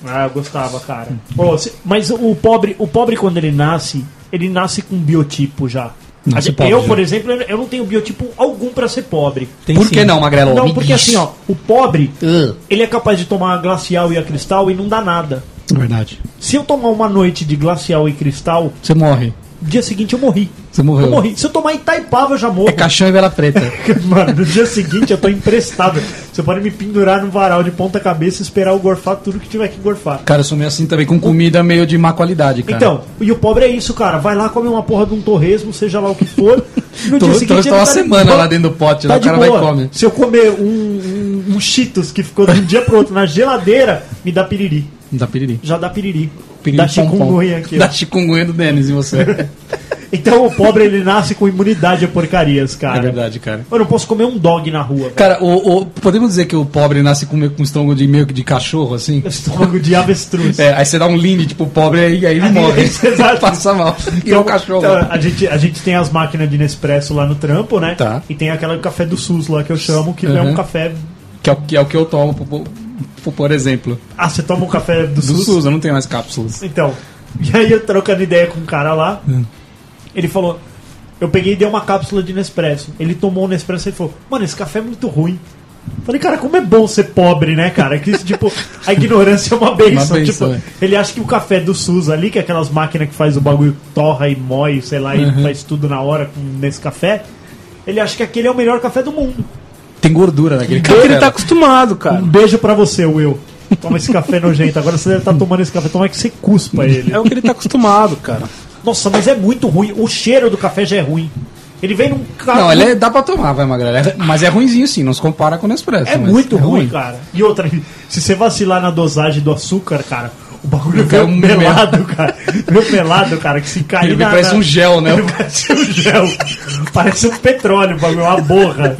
Ah, eu gostava, cara. Pô, se- mas o pobre, o pobre quando ele nasce, ele nasce com biotipo já. Nasce eu, pobre né? já. por exemplo, eu não tenho biotipo algum pra ser pobre. Tem Por sim. que não, Magrelo? Não, Me porque diz. assim, ó, o pobre, Ah, ele é capaz de tomar glacial e a cristal e não dá nada. é verdade. Se eu tomar uma noite de glacial e cristal, Você morre. no dia seguinte eu morri. Você morreu. Eu morri. Se eu tomar Itaipava, eu já morro. É caixão e vela preta. Mano, no dia seguinte eu tô emprestado. Você pode me pendurar num varal de ponta cabeça e esperar eu gorfar tudo que tiver que gorfar. Cara, eu sou meio assim também, com comida meio de má qualidade, cara. Então, e o pobre é isso, cara. Vai lá comer uma porra de um torresmo, seja lá o que for. No Tô- tô- ele tô uma tá de semana boa. Tá lá dentro do pote, lá, o de cara vai e come. Se eu comer um, um, um Cheetos que ficou de um dia pro outro na geladeira, me dá piriri. Dá piriri. Já dá piriri. piriri dá pom-pom. chikungunya aqui. ó. Dá chikungunya do Denis em você. Então o pobre ele nasce com imunidade a porcarias, cara. é verdade, cara. Eu não posso comer um dog na rua, velho. Cara, o, o- podemos dizer que o pobre nasce com, com estômago de meio que de cachorro, assim? Eu Estômago de avestruz. É, aí você dá um linde pro pobre e aí ele Aí, morre. exato. Passa mal. E é Então, o cachorro. então, a, gente, a gente tem as máquinas de Nespresso lá no trampo, né? Tá. E tem aquela do café do SUS lá que eu chamo, que é Uhum. um café. Que é, o, que é o que eu tomo, por, por- por exemplo. Ah, você toma um café do, Do SUS? SUS, eu não tenho mais cápsulas. Então. E aí eu trocando ideia com um cara lá, É. ele falou. Eu peguei e dei uma cápsula de Nespresso. Ele tomou o Nespresso e falou: Mano, esse café é muito ruim. Falei, cara, como é bom ser pobre, né, cara? Que isso, tipo, a ignorância é uma benção. Uma benção, é. tipo, Ele acha que o café do SUS ali, que é aquelas máquinas que faz o bagulho torra e moe, sei lá, Uhum. e faz tudo na hora com nesse café, ele acha que aquele é o melhor café do mundo. Tem gordura naquele Porque ele cara. tá acostumado, Um cara. beijo pra você, Will. Toma esse café nojento. Agora você deve estar tomando esse café. Toma que você cuspa ele. É o que ele tá acostumado, cara. Nossa, mas é muito ruim. O cheiro do café já é ruim. Ele vem num carro. Não, ele é- dá pra tomar, vai, Magrela. É- Mas é ruinzinho sim, não se compara com o Nespresso. É mas muito ruim, cara. E outra, se você vacilar na dosagem do açúcar, cara, o bagulho Cara, veio um melado, cara. Veio melado, cara, que se cair Ele na- parece na- um gel, né? Ele parece um gel. parece um petróleo, o bagulho, uma borra.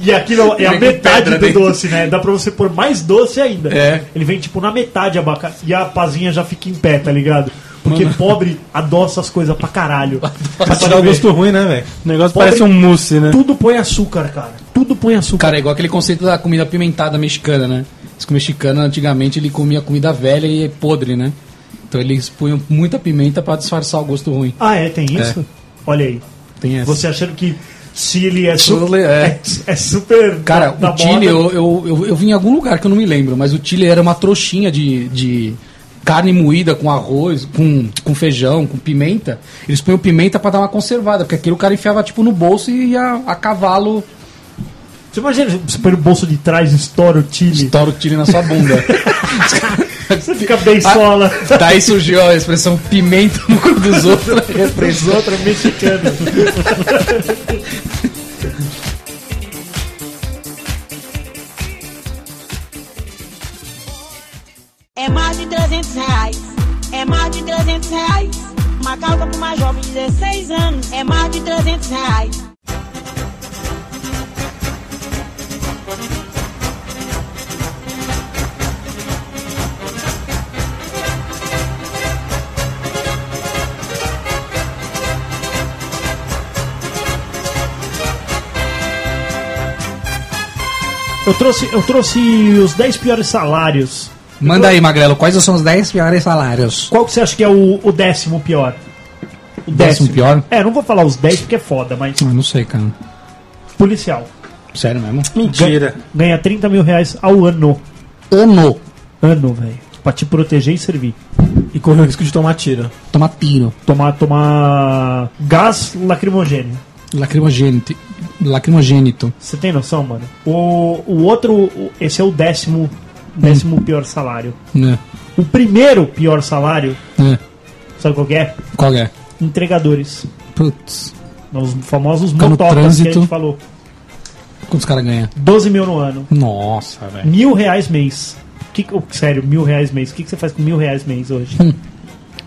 E aquilo é a Vem com metade pedra do dentro. doce, né? Dá pra você pôr mais doce ainda. É. Ele vem, tipo, na metade abacate. E a pazinha já fica em pé, tá ligado? Porque pobre adoça as coisas pra caralho. Pra tirar o gosto ruim, né, velho? O negócio Pobre- parece um mousse, né? Tudo põe açúcar, cara. Tudo põe açúcar. Cara, é igual aquele conceito da comida apimentada mexicana, né? Diz que o mexicano, antigamente, ele comia comida velha e podre, né? Então eles punham muita pimenta pra disfarçar o gosto ruim. Ah, é? Tem isso? Olha aí. Tem essa. Você achando que Chile é, Chile su- é. é. é super. Cara, da- da o Chile, moda. eu, eu, eu, eu vim em algum lugar que eu não me lembro, mas o Chile era uma trouxinha de, de carne moída com arroz, com, com feijão, com pimenta. Eles põem pimenta pra dar uma conservada, porque aquilo o cara enfiava tipo no bolso e ia a cavalo Você imagina, você põe no bolso de trás e estoura o Chile. estoura o Chile na sua bunda. Você fica bem Ah. sola. Daí surgiu a expressão pimenta no cu dos outros. Os outros mexicanos. É mais de 300 reais. É mais de 300 reais. Uma calça pra uma jovem de 16 anos. É mais de 300 reais. Eu trouxe, eu trouxe os 10 piores salários. Manda aí, Magrelo, quais são os 10 piores salários? Qual que você acha que é o, o décimo pior? O Décimo pior? É, não vou falar os 10 porque é foda, mas. Eu não sei, cara. Policial. Sério mesmo? Mentira. Ganha 30 mil reais ao ano. Ano. Ano, velho. Pra te proteger e servir. E correu o risco de tomar tiro. Toma tiro. Tomar, tomar gás lacrimogêneo. Lacrimogênito. Lacrimogênito. Você tem noção, mano? O, o outro, o- esse é o décimo, décimo Hum. pior salário. Né? O primeiro pior salário, Né? sabe qual que é? Qual é? Entregadores. Putz. Os famosos Tá no motocas que a trânsito. gente falou. Quantos caras ganham? 12 mil no ano. Nossa, velho. Mil reais mês. Que, que- oh, sério, mil reais mês. O que, que você faz com mil reais mês hoje? Hum. Não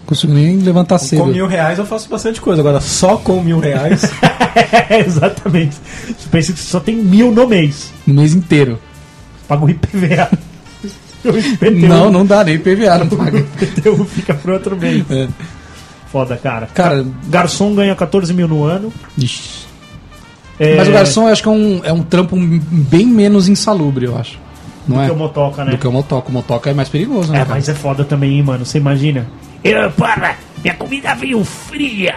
consigo nem levantar cedo. Com mil reais eu faço bastante coisa. Agora, só com mil reais. é, exatamente. Você pensa que você só tem mil no mês. No Um mês inteiro. Paga o IPVA. O IPTU, Não, não dá nem PVA, não O paga. IPTU fica pro outro mês. É. Foda, cara. Cara, Garçom ganha 14 mil no ano. ixi. É, mas o garçom eu acho que é um, é um trampo bem menos insalubre, eu acho. Não é? que o motoca, né? Do que o motoca. O motoca é mais perigoso, né? É, cara? mas é foda também, hein, mano. Você imagina? Eu, porra, minha comida veio fria.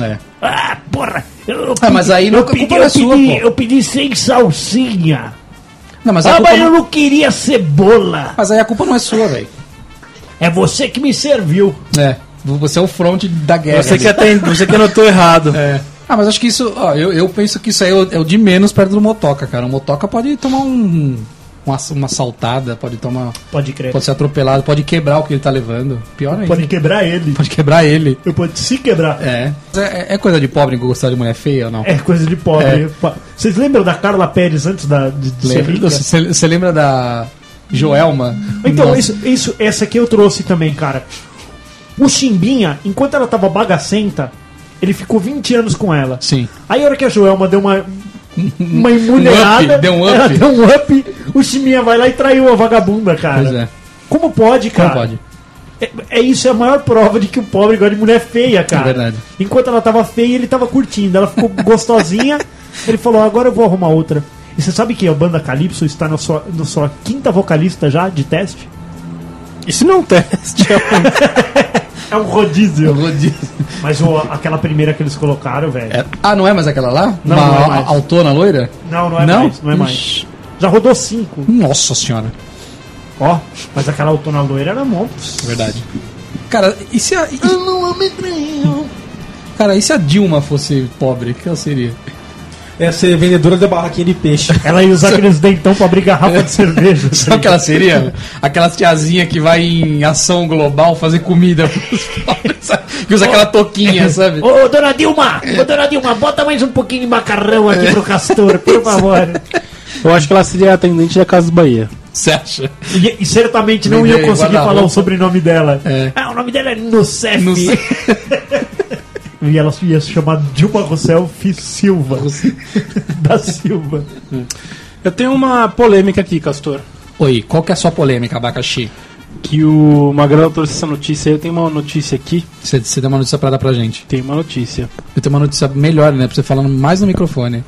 É. Ah, porra. Eu Ah, mas aí eu não- a culpa pedi, não é eu, sua, pedi, pô. eu pedi sem salsinha. Não, mas, a Ah, culpa mas eu não... não queria cebola. mas aí a culpa não é sua, velho. É você que me serviu. É. Você é o front da guerra. Você que, até, você que anotou errado. É. Ah, mas acho que isso. ó, eu, eu penso que isso aí é o, é o de menos perto do motoca, cara. O motoca pode tomar um. Uma, uma saltada, pode tomar. Pode crer. Pode ser atropelado, pode quebrar o que ele tá levando. Pior ainda. Pode quebrar ele. Pode quebrar ele. Eu pode se quebrar. É. É, é coisa de pobre gostar de mulher feia ou não? É coisa de pobre. Vocês lembram da Carla Pérez antes da, de, de ser Lembra- rica? Você você lembra da Joelma? Então, Nossa. isso, isso, essa aqui eu trouxe também, cara. O Chimbinha, enquanto ela tava bagacenta, ele ficou 20 anos com ela. Sim. Aí a hora que a Joelma deu uma. Uma Um emulherada. up, deu um up. Ela deu um up. O Chimbinha vai lá e traiu a vagabunda, cara. Pois é. Como pode, Como cara? pode? É, é isso, é a maior prova de que o pobre gosta de mulher feia, cara. É verdade. Enquanto ela tava feia, ele tava curtindo. Ela ficou gostosinha. ele falou: agora eu vou arrumar outra. E você sabe que a banda Calypso está na sua, na sua quinta vocalista já de teste? Isso não é um teste. É um rodízio. Rodízio. Mas o- aquela primeira que eles colocaram, velho. É- Ah, não é mais aquela lá? Não, Uma não é mais. a- autona loira? Não, não é mais, não é mais. Ixi, Já rodou cinco. Nossa senhora. Ó, mas aquela autona loira era monstro. Verdade. Cara, e se a. e- Cara, e se a Dilma fosse pobre? Que ela seria? É ser vendedora da barraquinha de peixe. Ela ia usar aqueles dentão pra abrir garrafa de cerveja. tá Sabe o que ela seria? Aquelas tiazinha que vai em ação global fazer comida pros pobres, sabe? que usa aquela toquinha, sabe? Ô, dona Dilma! Ô, dona Dilma, bota mais um pouquinho de macarrão aqui pro Castor, por favor. Eu acho que ela seria a atendente da Casa Bahia. Você acha? E, e certamente não ia Vendeu conseguir guarda-roupa. falar o sobrenome dela. É. Ah, o nome dela é Nocef. Não sei. E ela ia se chamar Dilma Rousseff Silva. da Silva. Eu tenho uma polêmica aqui, Castor. Oi, qual que é a sua polêmica, abacaxi? Que o Magrão trouxe essa notícia. Eu tenho uma notícia aqui. Você você deu uma notícia pra dar pra gente. Tem uma notícia. Eu tenho uma notícia melhor, né? Pra você falando mais no microfone.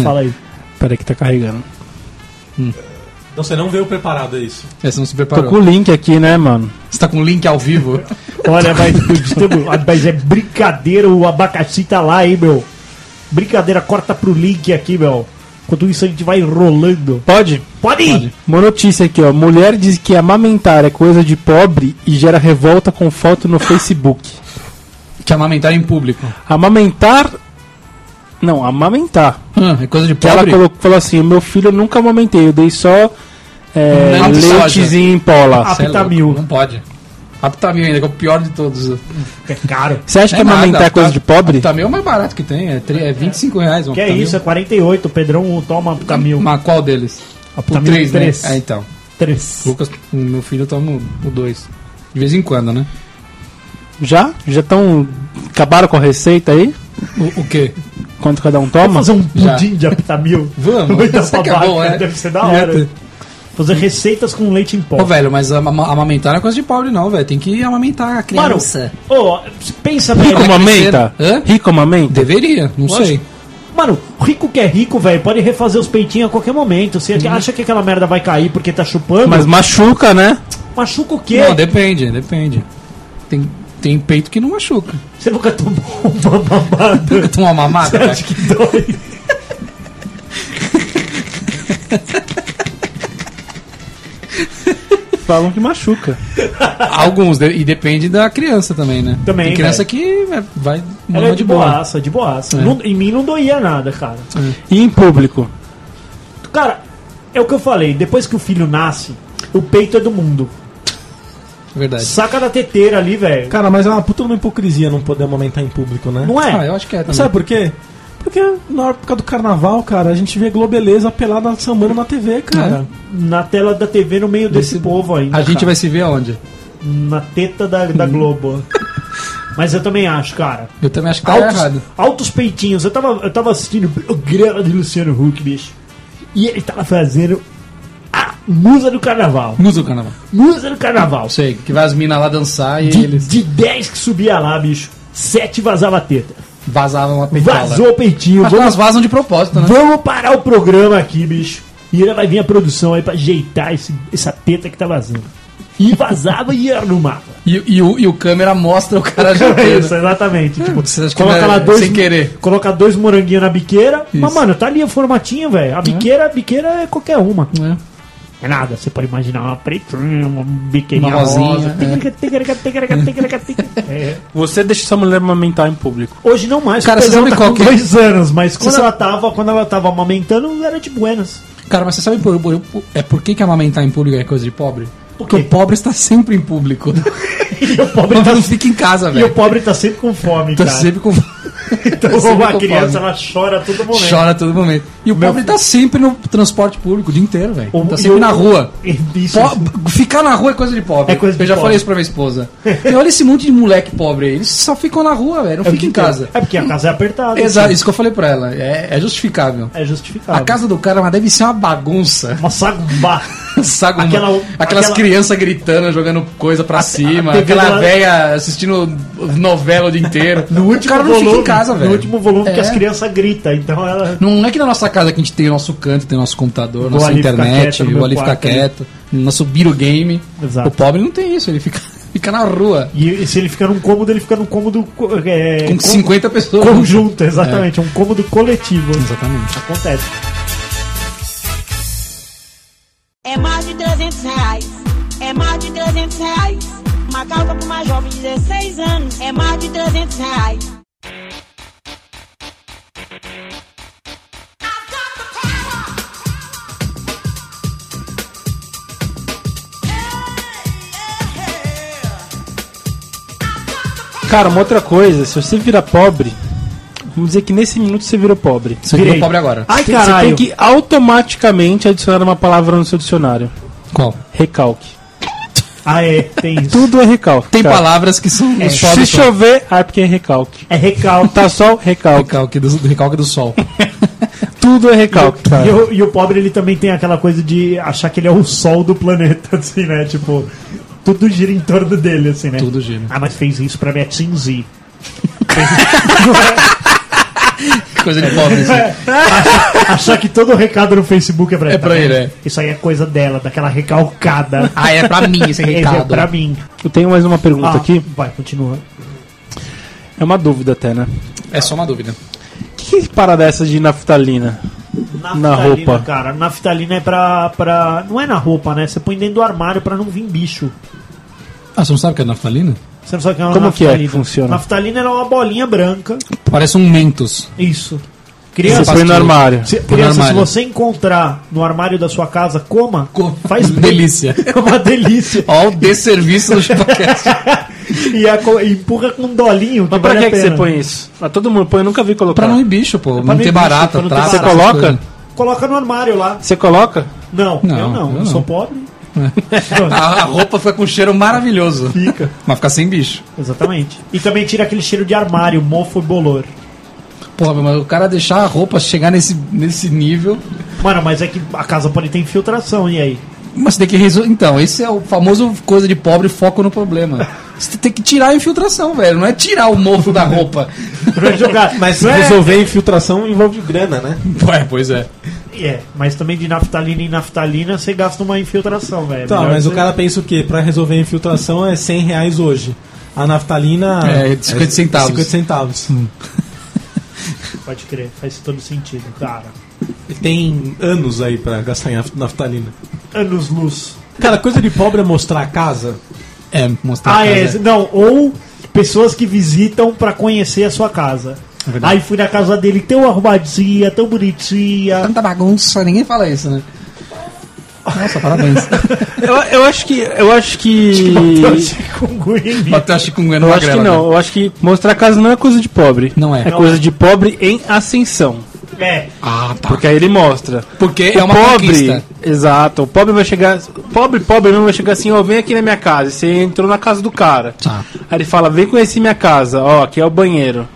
Fala aí. Peraí que tá carregando. Então você não veio preparado a isso. É, Você não se Tô preparou. com o link aqui, né, mano? Você tá com o link ao vivo? Olha, mas, tamo- mas é brincadeira, o abacaxi tá lá, hein, meu. Brincadeira, corta pro link aqui, meu. Enquanto isso a gente vai rolando. Pode? Pode ir! Uma notícia aqui, ó. Mulher diz que amamentar é coisa de pobre e gera revolta com foto no Facebook. Te é amamentar em público. Amamentar. Não, amamentar. Hum, é coisa de Que ela pobre? colocou, falou assim: meu filho eu nunca amamentei, eu dei só é, Não, de leitezinho em pola. Cê é louco, Aptamil. Não pode. Aptamil ainda, que é o pior de todos. É caro. Você acha que nada, amamentar é coisa Apta- de pobre? Aptamil é o mais barato que tem, é, tre- é 25 reais. Um Que é Aptamil. isso, é 48. O Pedrão toma Aptamil. Mas qual deles? Aptamil o 3, três. né? É, então. Três. Lucas, o meu filho toma o 2. De vez em quando, né? Já? Já estão. Acabaram com a receita aí? O, o quê? Quanto cada um Vamos toma? fazer um Já. pudim de Aptamil? Vamos, Vai dar isso que é babaca, bom, é. né? Deve ser da hora. Fazer receitas com leite em pó. Ô, velho, mas ama- ama- amamentar não é coisa de pobre, não, velho. Tem que amamentar a Mano, criança. ô, pensa bem. Rico Vai amamenta? crescer. Hã? Rico amamenta? Deveria, não Lógico. sei. Mano, rico que é rico, velho, pode refazer os peitinhos a qualquer momento. Você acha que aquela merda vai cair porque tá chupando? Mas machuca, né? machuca o quê? Não, depende, depende. Tem, tem peito que não machuca. Você nunca tomou uma mamada? Toma uma Você mamada, velho. acha que dói? Falam que machuca. Alguns, de- e depende da criança também, né? Também, Tem criança que é, vai Ela mandar é de boaça, de boaça. É. Não- em mim não doía nada, cara. E em público? Cara, é o que eu falei. Depois que o filho nasce, o peito é do mundo. é Verdade. Saca da teteira ali, velho. Cara, mas é uma puta uma hipocrisia não poder amamentar em público, né? Não Ah, é? eu acho que é também. Sabe por quê? Porque na época do carnaval, cara, a gente vê Globeleza pelada sambando na TV, cara. Na tela da TV, no meio desse Desse- povo ainda. A gente cara. vai Hum. se ver aonde? Na teta da, da Globo. Mas eu também acho, cara. Eu também acho que tá Altos, errado. altos peitinhos. Eu tava, eu tava assistindo o programa de Luciano Huck, bicho. E ele tava fazendo a musa do carnaval. Musa do carnaval. Musa do carnaval. Sei, que vai as minas lá dançar e De, eles de 10 que subia lá, bicho, 7 vazava a teta. vazavam a peitola. Vazou o peitinho. Mas elas Vamos, vazam de propósito, né? vamos parar o programa aqui, bicho. E ela vai vir a produção aí pra ajeitar esse, essa teta que tá vazando. E vazava e era no mapa. E, e o, e o câmera mostra o cara já é Isso, exatamente. Tipo, Você acha que coloca não é lá dois, sem querer. Coloca dois moranguinhos na biqueira. Isso. Mas, mano, tá ali o formatinho, velho. A biqueira, a biqueira é qualquer é uma. É nada, você pode imaginar uma pretinha, uma biquinha Uma rosa. rosinha, É. Você deixa sua mulher amamentar em público. Hoje não mais, Cara, porque você ela sabe tá qual com que é? dois anos, mas quando Você ela tava, quando ela tava amamentando, era de buenas. Cara, mas você sabe por, por- é por que, que amamentar em público é coisa de pobre? Por Porque quê? o pobre está sempre em público. E o O pobre pobre tá, não fica em casa, e o velho. pobre tá sempre com fome, Tá cara. sempre com. então tá sempre a com criança fome. ela chora a todo momento. Chora a todo momento. E o pobre tá sempre no transporte público o dia inteiro, velho. O- Tá e assim, sempre o- na rua. Isso. Po- Ficar na rua é coisa de pobre. É coisa de Eu já pobre. falei isso pra minha esposa. E olha esse monte de moleque pobre aí. Eles só ficam na rua, velho. Não É o ficam que em tem. casa. É porque a casa é apertada. Exato, assim. isso que eu falei pra ela. É, é justificável. É A justificável. casa do cara mas deve ser uma bagunça. Uma sagumba. Sabe, uma- Aquela- aquelas aquela- crianças gritando, jogando coisa pra cima, a TV aquela lá- véia assistindo novela o dia inteiro. No o último cara não volume, fica em casa, velho. No último volume que É. as crianças gritam, então ela... Não é que na nossa casa que a gente tem o nosso canto, tem o nosso computador, Vou nossa ali ficar internet, quieto no meu o ali ficar quarto, quieto, nosso birogame. Exato. O pobre não tem isso, ele fica, fica na rua E se ele fica num cômodo, ele fica num cômodo... co- É, com co- 50 pessoas. Conjunto, exatamente. É. Um cômodo coletivo. Exatamente. Acontece. É mais de 300 reais. É mais de 300 reais. Uma calça pra uma jovem de 16 anos. É mais de 300 reais. Cara, uma outra coisa, se você virar pobre, vamos dizer que nesse minuto você virou pobre. Você Virei. virou pobre agora. Ai, Você- caralho. Você tem que automaticamente adicionar uma palavra no seu dicionário. Qual? Recalque. Ah, é. Tem isso. Tudo é recalque. Tem cara. palavras que são os Se pobres. são. chover, ah, é porque é recalque. É recalque. Tá sol, recalque. Recalque do, do recalque do sol. Tudo é recalque, cara. E o, e o pobre, ele também tem aquela coisa de achar que ele é o sol do planeta, assim, né? Tipo, tudo gira em torno dele, assim, né? Tudo gira. Ah, mas fez isso pra minha Tinzi. Coisa de pobre. Assim. É. Achar que todo recado no Facebook é pra É pra ele, é. Isso aí é coisa dela, daquela recalcada. Ah, é pra mim esse Esse é recado. pra mim. Eu tenho mais uma pergunta Ah, aqui. Vai, continua. É uma dúvida até, né? É só uma dúvida. Que, que parada é essa de naftalina? Na roupa. cara. Naftalina é pra, pra. Não é na roupa, né? Você põe dentro do armário pra não vir bicho. Ah, você não sabe o que é naftalina? Você não sabe o que é uma Como que é naftalina. que funciona? Naftalina era uma bolinha branca. Parece um mentos. Isso. Você Criança, Essa põe no pastilha. armário. se, põe no criança, se armário. você encontrar no armário da sua casa, coma. Coma. Faz bem. Delícia. É uma delícia. Ó, o desserviço do podcast. e, a co- e empurra com um dolinho. Mas pra que, que você põe isso? Ah, todo mundo põe, eu nunca vi colocar. pra não ir bicho, pô. pra não não ir ter bicho, pra barata, não ter traça. barata. Você essas coloca? coisas. Coloca no armário lá. Você coloca? Não, Não, eu não. Eu, eu não. sou pobre. A, a roupa fica com um cheiro maravilhoso. Fica. Mas fica sem bicho. Exatamente. E também tira aquele cheiro de armário, mofo e bolor. Porra, mas o cara deixar a roupa chegar nesse, nesse nível. Mano, mas é que a casa pode ter infiltração, e aí? Mas tem que resolver. Então, esse é o famoso coisa de pobre foco no problema. Você tem que tirar a infiltração, velho. Não é tirar o mofo da roupa. Não é jogar. Mas não é- resolver infiltração envolve grana, né? Ué, pois é. É, mas também de naftalina em naftalina você gasta uma infiltração, velho. Tá, Melhor mas o você- cara pensa o quê? Pra resolver a infiltração é 100 reais hoje. A naftalina... É, 50 centavos. 50 centavos. Hum. Pode crer, faz todo sentido, cara. Tem anos aí pra gastar em naf- naftalina. Anos luz. Cara, coisa de pobre é mostrar a casa. É, mostrar. Ah, a é. casa. Não, ou pessoas que visitam pra conhecer a sua casa. É aí fui na casa dele tão arrumadinha, tão bonitinha. Tanta bagunça, ninguém fala isso, né? Nossa, parabéns. Eu, eu acho que. Eu acho que. Chikungunya em mim. Bateu a chikungunya no Eu acho que magrela, não. Eu acho que mostrar casa não é coisa de pobre. né? Não é. É Não coisa de pobre em ascensão. É, Ah, tá. Porque aí ele mostra. Porque o é uma pobre, conquista. Exato. O pobre vai chegar. Pobre, pobre mesmo vai chegar assim, ó, vem aqui na minha casa. E você entrou na casa do cara. Tá. Aí ele fala, vem conhecer minha casa, ó, aqui é o banheiro.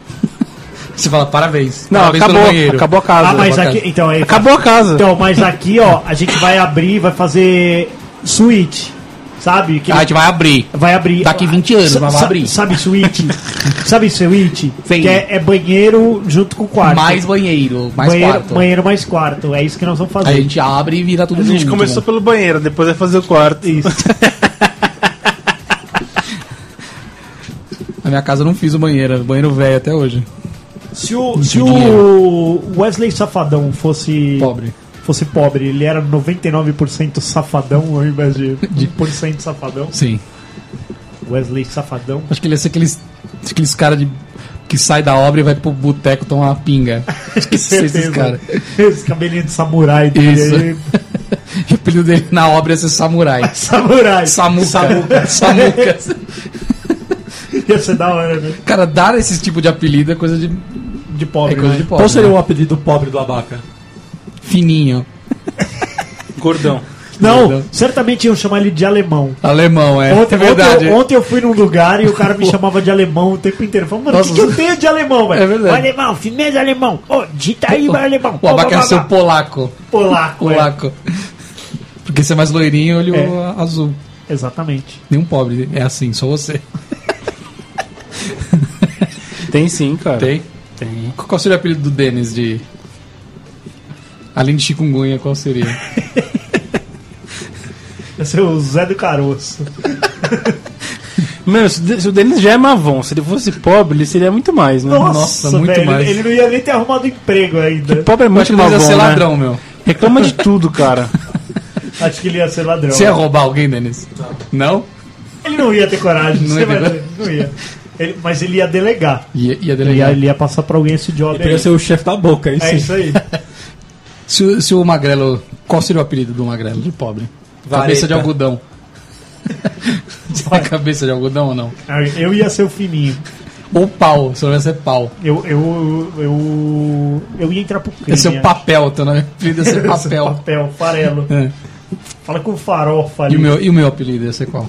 Você fala parabéns. Não, parabéns acabou, acabou a casa. Ah, mas bacana. aqui. Então, aí, Acabou a casa. Então, mas aqui, ó, a gente vai abrir, vai fazer suíte. Sabe? Que Ah, a gente vai abrir. vai abrir. Daqui 20 anos, Sa- mas vai sa- abrir. Sabe suíte? sabe suíte? Sim. Que é, é banheiro junto com quarto. Mais banheiro, mais banheiro, quarto. banheiro mais quarto. É isso que nós vamos fazer. A gente abre e vira tudo A gente junto, começou né? pelo banheiro, depois vai fazer o quarto. Isso. Na minha casa eu não fiz o banheiro, banheiro velho até hoje. Se o, se o Wesley Safadão fosse Pobre. fosse pobre, ele era 99% safadão ao invés de 1% safadão. Sim. Wesley Safadão. Acho que ele ia ser aqueles, aqueles caras de. Que sai da obra e vai pro boteco tomar uma pinga. Acho que esses Certeza. caras. Esse cabelinho de samurai tá dele. Isso. aí. E o apelido dele na obra ia ser samurai. Samurai. Samuca. Samuca. Samuca. Ia ser da hora, né? Cara, dar esse tipo de apelido é coisa de, De é pobre. coisa né? de pobre. Qual seria né? o apelido pobre do Abaca? Fininho. Gordão. Não, certamente iam chamar ele de alemão. Alemão, é. Ontem, é verdade. ontem, ontem eu fui num lugar e o cara me chamava de alemão o tempo inteiro. Eu Falei, mano, o que, que Nossa, eu tenho de alemão, velho? É verdade. Ô, alemão, firmeza alemão. Ô, digita aí, vai alemão. O abaca Ô, é blá, seu blá, blá. polaco. polaco. é. Polaco. Porque você é mais loirinho, olho É. azul. Exatamente. Nenhum pobre é assim, só você. Tem sim, cara. Tem? Tem. Qual seria o apelido do Denis de. Além de chikungunya, qual seria? Esse é o Zé do Caroço. Mano, se o De- se o Denis já é mavon, se ele fosse pobre, ele seria muito mais, né? Nossa, muito velho, mais. Ele não ia nem ter arrumado emprego ainda. Pobre é Eu acho muito que ele ia mavon, ser né? ladrão, meu. Reclama de tudo, cara. Acho que ele ia ser ladrão. Você ia roubar alguém, Denis? Não? Ele não ia ter coragem. Não você ia vai ter ver, não ia. Ele- mas ele ia delegar. Ia, ia Ele ia, delegar. ele ia passar pra alguém esse job Poderia aí. ser o chefe da boca, isso. É isso aí. Se, o- se o Magrelo. Qual seria o apelido do Magrelo de pobre? Cabeça Vareta. de algodão. Você é cabeça de algodão ou não? Eu ia ser o fininho. Ou pau, seu nome ia ser pau. Eu, eu, eu, eu ia entrar pro crime. Ia ser o acho. papel, teu nome apelido ia ser papel. Papel, farelo. É. Fala com o farofa ali. E o, meu, e o meu apelido ia ser qual?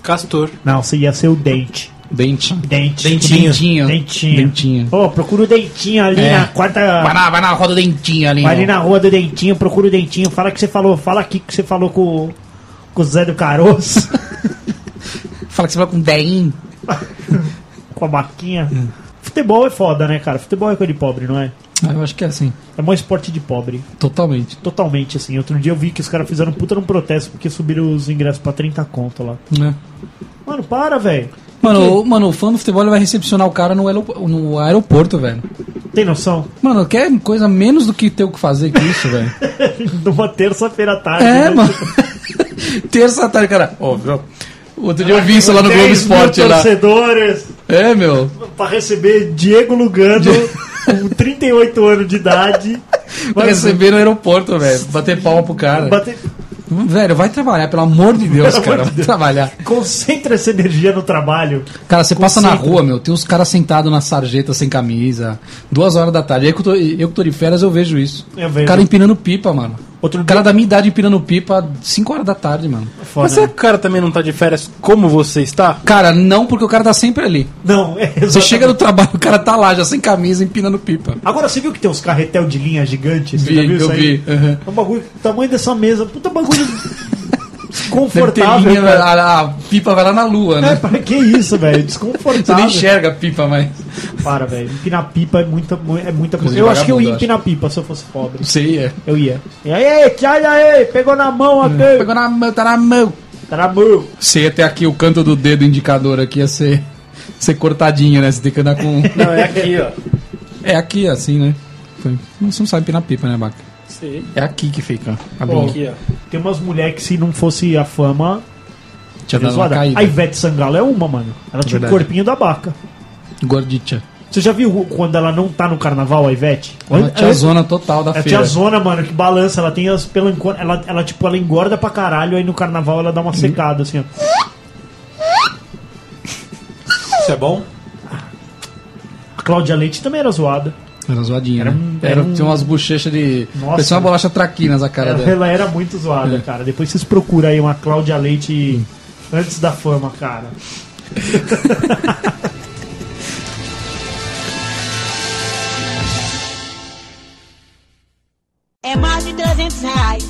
Castor. Não, você ia ser o dente. Dente. Dente. Dentinho. Dentinho. Dentinho. Dentinho. Pô, procura o dentinho ali É. na quarta. Vai na, vai na roda do dentinho ali. Vai ali na rua do dentinho, procura o dentinho. Fala que você falou. Fala aqui que você falou com, o- com o Zé do Caroço. Fala que você vai com deinho. com a maquinha. Futebol é foda, né, cara? Futebol é coisa de pobre, não é? Ah, eu acho que é assim. É maior esporte de pobre. Totalmente. Totalmente, assim. Outro dia eu vi que os caras fizeram um puta num protesto porque subiram os ingressos pra 30 conto lá. Né? Mano, para, velho. Mano, o, mano, o fã do futebol ele vai recepcionar o cara no, aeropo- no aeroporto, velho. Tem noção? Mano, quer coisa menos do que ter o que fazer que isso, velho. Numa terça-feira à tarde. É, né? mano. Terça tarde, cara. Ó, viu? Outro dia eu vi isso lá no 10 Globo mil Esporte lá. torcedores É, meu. pra receber Diego Lugano com 38 anos de idade. Vai receber no aeroporto, velho. Bater palma pro cara. bater- Velho, vai trabalhar, pelo amor de Deus, Pelo amor cara. de Vai Deus. trabalhar. Concentra essa energia no trabalho. Cara, você passa na Concentra. rua, meu, tem uns caras sentados na sarjeta sem camisa, duas horas da tarde. Eu que tô, eu que tô de férias, eu vejo isso. Eu vejo. O cara empinando pipa, mano. Outro O cara da minha idade empinando pipa 5 horas da tarde, mano. Foda, Mas será né? que o cara também não tá de férias como você está? Cara, não, porque o cara tá sempre ali. Não, é Você exatamente. chega no trabalho, o cara tá lá, já sem camisa, empinando pipa. Agora você viu que tem uns carretel de linha gigante? Você Vi, já viu eu isso aí? vi, aham. É um bagulho do tamanho dessa mesa. Puta bagulho Deve ter desconfortável. linha, cara. a, a pipa vai lá na lua, né? É, né? pra que isso, velho? Você nem Desconfortável. enxerga a pipa, mas. Para, velho. Empinar pipa é muita, mu- é muita coisa. de Eu acho que eu vagabundo, ia eu acho. empinar pipa se eu fosse pobre. Não sei, é. Eu ia. E aí, tchau, aí, pegou na mão aqui. Pegou na mão, tá na mão. Tá na mão. Sei até aqui o canto do dedo indicador aqui ia ser, ser cortadinho, né? Você tem que andar com. Não, é aqui, ó. É aqui, assim, né? Foi. Você não sabe pinar pipa, né, Baca? Sei. É aqui que fica. A Bom, bola. Aqui, ó. Tem umas mulheres que se não fosse a fama, Tinha ia dado Tá uma zoada. caída. A Ivete Sangalo é uma, mano. Ela tinha o Verdade. corpinho da Baca. Gordita. Você já viu quando ela não tá no carnaval, a Ivete? É uma Ela- tiazona total da É a feira. tiazona, mano, que balança. Ela tem as pelanconas. Ela, ela, tipo, ela engorda pra caralho. Aí no carnaval ela dá Uhum. uma secada, assim, ó. Isso é bom? A Cláudia Leite também era zoada. Era zoadinha, Era né? um- Era, era um- Tinha umas bochechas de... Nossa. É. Parecia uma bolacha traquinas a cara Ela, dela. ela era muito É. zoada, cara. Depois vocês procuram aí uma Cláudia Leite antes da fama, cara. É mais de 300 reais.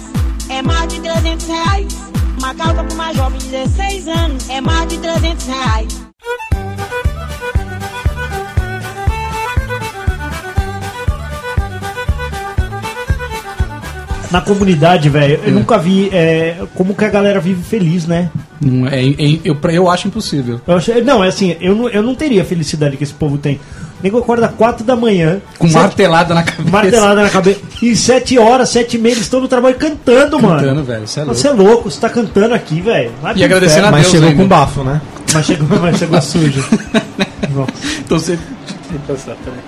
É mais de 300 reais. Uma calça pra uma jovem de 16 anos. É mais de 300 reais. na comunidade, velho. Eu nunca vi é, como que a galera vive feliz, né? Não, é, é- eu, pra- eu acho impossível. Eu achei- não, é assim, eu não, eu não teria a felicidade que esse povo tem. O nego acorda 4 da manhã, Com sete- martelada na cabeça. martelada na cabeça, e 7 horas, 7 e meia, eles estão no trabalho cantando, mano. Cantando, velho, cê é louco. Você é louco, você tá cantando aqui, velho. Vai E pro agradecendo inferno. a- Mas Deus chegou ainda. com bafo, né? Mas chegou, mas chegou sujo. Então você.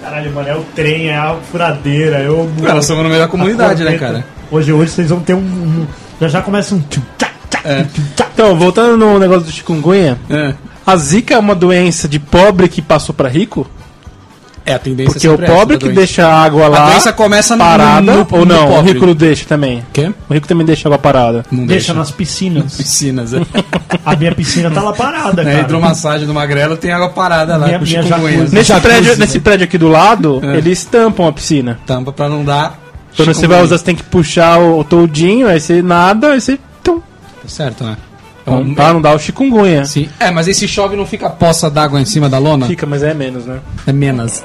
Caralho, mano, é o trem, é a furadeira, é o. Cara, somos na melhor comunidade, né, cara? Hoje, hoje vocês vão ter um. um- já já começa um. tchum, tchá, tchá, tchum, tchá. Então, voltando no negócio do chikungunya, É, a zika é uma doença de pobre que passou pra rico? É, a tendência Porque o sempre é essa pobre da que doença. deixa a água lá doença começa no- parada no- no ou não? o pobre. rico deixa também. Quê? O rico também deixa a água parada. Não Deixa deixa. nas piscinas. piscinas. É. A minha piscina tá lá Na parada, cara. É hidromassagem do Magrelo tem água parada lá Minha- com minha chikungunya. jacuzzi. né? Nesse prédio, nesse prédio aqui do lado, É. eles tampam a piscina. Tampa pra não dar. Quando você vai chikungunya. usar, você tem que puxar o, o toldinho, aí você nada, aí você. Tum, Tá certo, né? É não, um- dá, não dá o chikungunya. Sim. É, mas esse chove não fica poça d'água em cima da lona? Fica, mas é menos, né? É menos.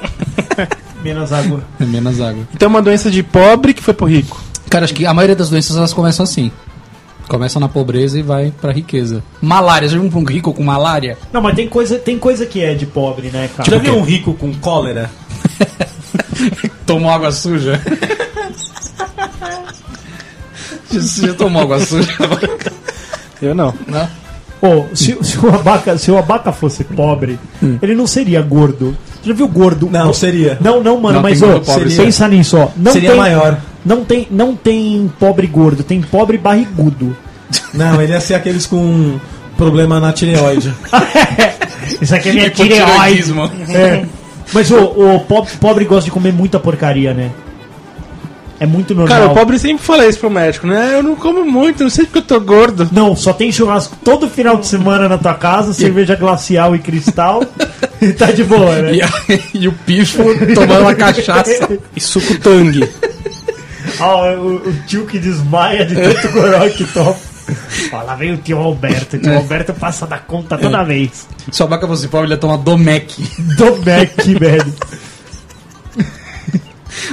Menos água. É menos água. Então é uma doença de pobre que foi pro rico. Cara, acho que a maioria das doenças elas começam assim. Começam na pobreza e vai pra riqueza. Malária, já viu um rico com malária? Não, mas tem coisa, tem coisa que é de pobre, né, cara? Já viu um rico com cólera? Tomou água suja? Você já tomou água suja? Eu não. Não? Pô, se, se o abaca, se o abaca fosse pobre, ele não seria gordo. Você já viu gordo? Não, seria. Não, não, mano, Não, mas tem ô, gordo pobre, seria- pensa nisso, ó. Não Seria tem, maior. Não tem, não tem pobre gordo, tem pobre barrigudo. Não, ele ia ser aqueles com problema na tireoide. Isso aqui é minha Tipo tireoide. Hipotireoidismo. É. Mas o, o po- pobre gosta de comer muita porcaria, né? É muito normal. Cara, o pobre sempre fala isso pro médico, né? Eu não como muito, não sei porque eu tô gordo. Não, só tem churrasco todo final de semana na tua casa, cerveja glacial e cristal. e tá de boa, né? E, a- e o pifo tomando uma cachaça. E suco tangue. Ó, Ah, o, o tio que desmaia de tanto goró que toma. Ó, lá vem o tio Alberto. O tio Alberto passa da conta toda vez. Se o abaca fosse pobre, assim, ele ia tomar Domec. Do Mac, velho.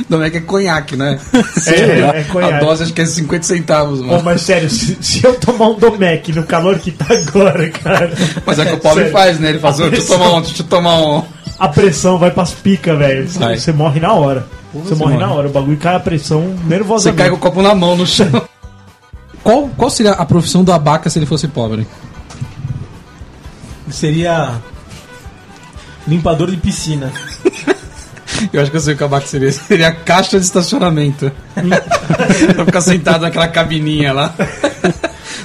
Domec é conhaque, né? É, é A conhaque. dose acho que é 50 centavos, Ô, mano. mas sério, se, se eu tomar um Domec no calor que tá agora, cara. Mas é o que o pobre sério, faz, né? Ele faz, "Ô, deixa eu tomar um, deixa eu tomar um. A pressão vai pras picas, velho. Vai. Você, você morre na hora. Você, morre, na hora. O bagulho cai a pressão Você nervosamente. cai com o copo na mão no chão. Qual, qual seria a profissão do abaca se ele fosse pobre? seria limpador de piscina. Eu acho que eu sei o que o abaca seria. Seria é a caixa de estacionamento. pra ficar sentado naquela cabininha lá.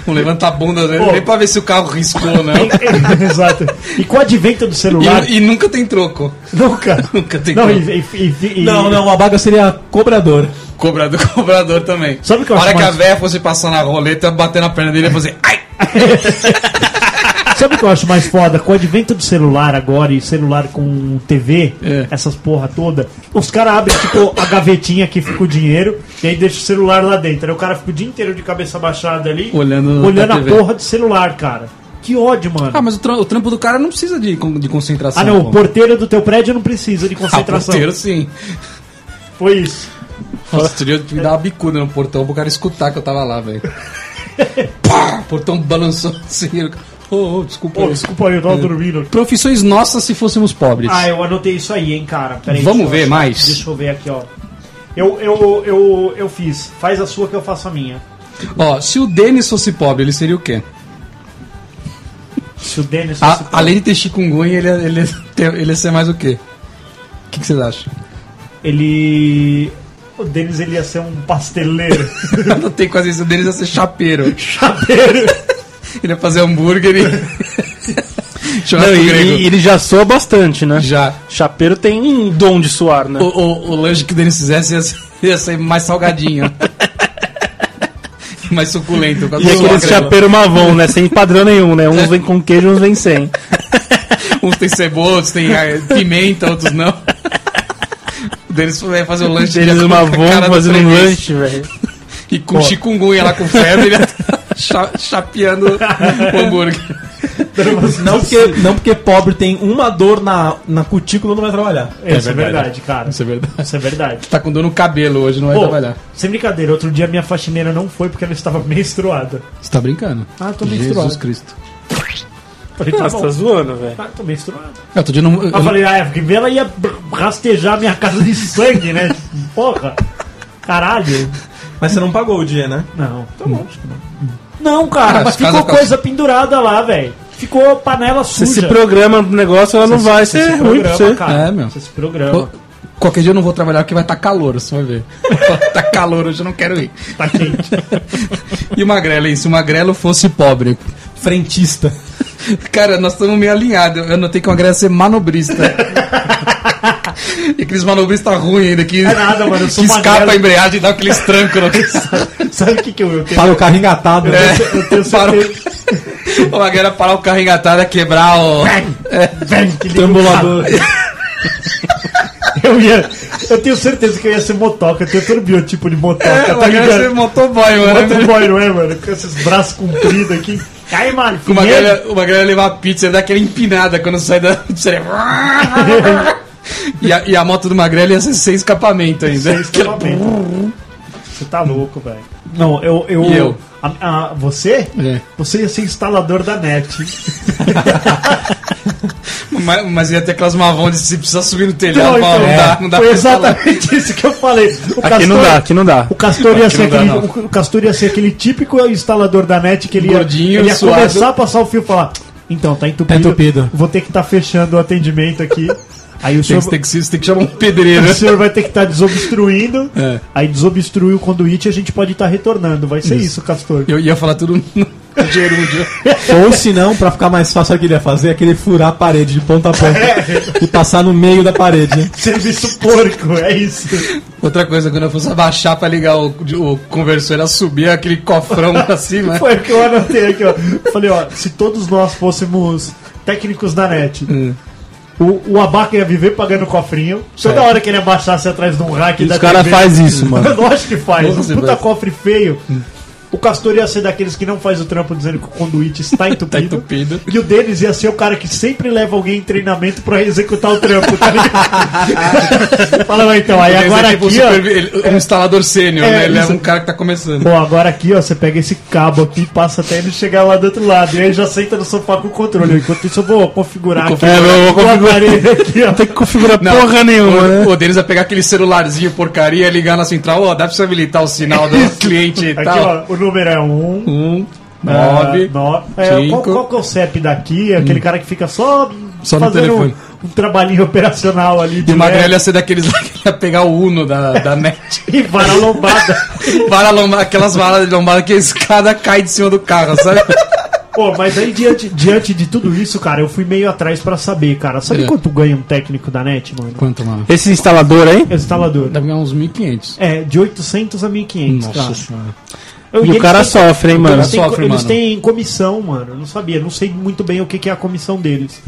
Um levanta-bunda, né? Pô. nem pra ver se o carro riscou ou não. Exato. E com o advento do celular, E, e nunca tem troco. nunca. Nunca tem Não, troco. e, e- e- e- Não, não, a baga seria cobrador. Cobrador, cobrador também. Sabe o que eu a hora acho que a mais- véia fosse passar na roleta, bater na perna dele e fazer. Ai! Sabe o que eu acho mais foda? Com o advento do celular agora e celular com TV, É. essas porra toda, os caras abrem tipo a gavetinha que fica o dinheiro e aí deixa o celular lá dentro. Aí o cara fica o dia inteiro de cabeça baixada ali, Olhando olhando a a TV. porra do celular, cara. Que ódio, mano. Ah, mas o, tra- o trampo do cara não precisa de, con- de concentração. Ah, não, o pô. porteiro do teu prédio não precisa de Ah, concentração. porteiro sim. Foi isso. Nossa, outro dia eu tive que dar uma bicuda no portão pro cara escutar que eu tava lá, velho. Pá! O portão balançou assim. eu- Ô, ô, desculpa. Pô, desculpa aí, eu tava dormindo. Profissões nossas se fôssemos pobres. Ah, eu anotei isso aí, hein, cara. Peraí, Vamos deixa eu ver achar. mais. Deixa eu ver aqui, ó. Eu, eu, eu, eu fiz. Faz a sua que eu faço a minha. Ó, se o Denis fosse pobre, ele seria o quê? Se o Denis A- fosse pobre- além de ter chikungunya, ele, é, ele, ele ia ser mais o quê? O que, que vocês acham? ele. O Denis ele ia ser um pasteleiro. Eu não tenho quase isso. O Denis ia ser chapeiro. Chapeiro. Ele ia fazer hambúrguer e. Não, Churrasco e, grego. e ele já soa bastante, né? Já. Chapeiro tem um dom de suar, né? O, o, o lanche que o Denis fizesse ia ser, ia ser mais salgadinho. mais suculento. com a E sua aqueles grego. chapeiro mavão, né? Sem padrão nenhum, né? Uns vem com queijo, uns vem sem. Uns tem cebola, outros tem eh, pimenta, outros não. O Denis vai fazer o lanche ele Eles ia com a cara mavão do fazendo um freguês. lanche, velho. E com chikungunya lá com febre, ele ia tá cha- chapeando o hambúrguer. Não porque, não porque pobre tem uma dor na, na cutícula não vai trabalhar. Isso é verdade. verdade, cara. Isso é verdade. Isso é verdade. Tá com dor no cabelo hoje, não vai É Pô, trabalhar. sem brincadeira, outro dia minha faxineira não foi porque ela estava menstruada. Você tá brincando. Ah, tô Jesus menstruado. Cristo. Falei, tá Nossa, bom. tá zoando, velho. Ah, tô menstruado. Eu, É, outro dia não, eu, Eu falei, ah, porque ela ia br- rastejar minha casa de sangue, né? Porra! Caralho! Mas você não pagou o dia, né? Não, tá bom. acho que não. Não, cara, Ah, mas as casas- ficou coisa pendurada lá, velho. Ficou panela Você suja. se programa no negócio, ela não vai Você ser se ruim pra programa, você. cara. É, meu. Você se programa. Qualquer dia eu não vou trabalhar porque vai estar calor, você vai ver. tá calor hoje, eu não quero ir. Tá quente. E o Magrelo, hein? Se o Magrelo fosse pobre. Frentista. Cara, nós estamos meio alinhados. Eu notei que o Magrelo ia ser manobrista. e aqueles manobristas ruins ainda que, É nada, mano, eu que sou escapa magrelo. a embreagem e dá aqueles trancos. no- É, Sabe o que que eu, eu tenho? Para o carro engatado. né? Eu tenho Para o- certeza. o Magrelo ia é parar o carro engatado ia quebrar o. É, Velho, que lindo. Trambulador. Eu ia. Eu tenho certeza que eu ia ser motoca, eu tenho todo o biotipo de motoca, É, o tá Magrelo ia ligado? ser motoboy, Outro mano. boy, não é, mano? Com esses braços compridos aqui. Cai, mano. O dinheiro. Magrelo, ia- o Magrelo ia é levar a pizza, ele dá aquela empinada quando sai da. seria- E a, e a moto do Magrelo ia ser sem escapamento ainda. Sem escapamento. Você tá louco, velho. Não, eu. eu, E eu? a- a- você? É. Você ia ser instalador da net. Mas, mas ia ter aquelas mavonas de se precisar subir no telhado, não, Não, não então, dá, não dá Foi pra instalar. exatamente isso que eu falei. O Aqui não dá, aqui não dá. O Castor, ia Aqui ser não dá, aquele, não. o Castor ia ser aquele típico instalador da net que ele ia, Gordinho, ele ia suado. começar a passar o fio e falar: Então, tá entupido. Tá entupido. Vou ter que estar fechando o atendimento aqui. Aí o Tem, senhor, que- tem, que, se- tem que chamar um o pedreiro. senhor vai ter que estar desobstruindo. É. Aí desobstruiu o conduíte e a gente pode estar retornando. Vai ser isso, Castor. Eu ia falar tudo no gerúndio. Ou se não, pra ficar mais fácil, sabe o que ele ia fazer? Aquele furar a parede de ponta a ponta e passar no meio da parede. né? Serviço porco, é isso. Outra coisa, quando eu fosse abaixar pra ligar o, o conversor, era subir aquele cofrão pra cima. Foi o que eu anotei aqui, ó. Falei, ó, se todos nós fôssemos técnicos da net. O, o abaca ia viver pagando cofrinho. Toda hora que ele abaixasse atrás de um hack Os caras fazem isso, mano. Lógico que faz. Nossa, um puta mas- cofre feio. O Castor ia ser daqueles que não faz o trampo dizendo que o conduíte está entupido. Tá entupido. E o Denis ia ser o cara que sempre leva alguém em treinamento pra executar o trampo, tá ligado? Fala, mas então, aí Porque esse agora é tipo um aqui, ó, supervi- ele- um instalador sênior, É, né? Ele isso. é um cara que tá começando. Bom, agora aqui, ó, você pega esse cabo aqui e passa até ele chegar lá do outro lado. E aí já senta no sofá com o controle. Enquanto isso, eu vou configurar aqui. É, eu vou o configurar. aparelho aqui, ó. Tem que configurar Não, porra nenhuma, né? O, o Denis vai pegar aquele celularzinho porcaria, ligar na central, ó, dá pra você habilitar o sinal do cliente e Aqui, tal. ó, o número é 1. Um, nove nove, É, qual, cinco. Hum. qual que é o CEP daqui? É aquele cara que fica só, Só no fazendo um, telefone. um trabalhinho operacional ali E de o Magrelo leve ia ser daqueles lá que ia pegar o Uno da, da net. e vara lombada. Vara lombada, aquelas varas de lombada que a escada cai de cima do carro, sabe? Pô, mas aí diante, diante de tudo isso, cara, eu fui meio atrás pra saber, cara. Sabe É. quanto ganha um técnico da net, mano? Quanto, mano? Esse instalador aí? Instalador. Deve ganhar uns 1.500. É, de 800 a 1.500, cara. senhora. E o eles cara têm- sofre, hein, mano? Eles, têm, Sofre, eles mano. têm comissão, mano. Eu não sabia, não sei muito bem o que, que é a comissão deles.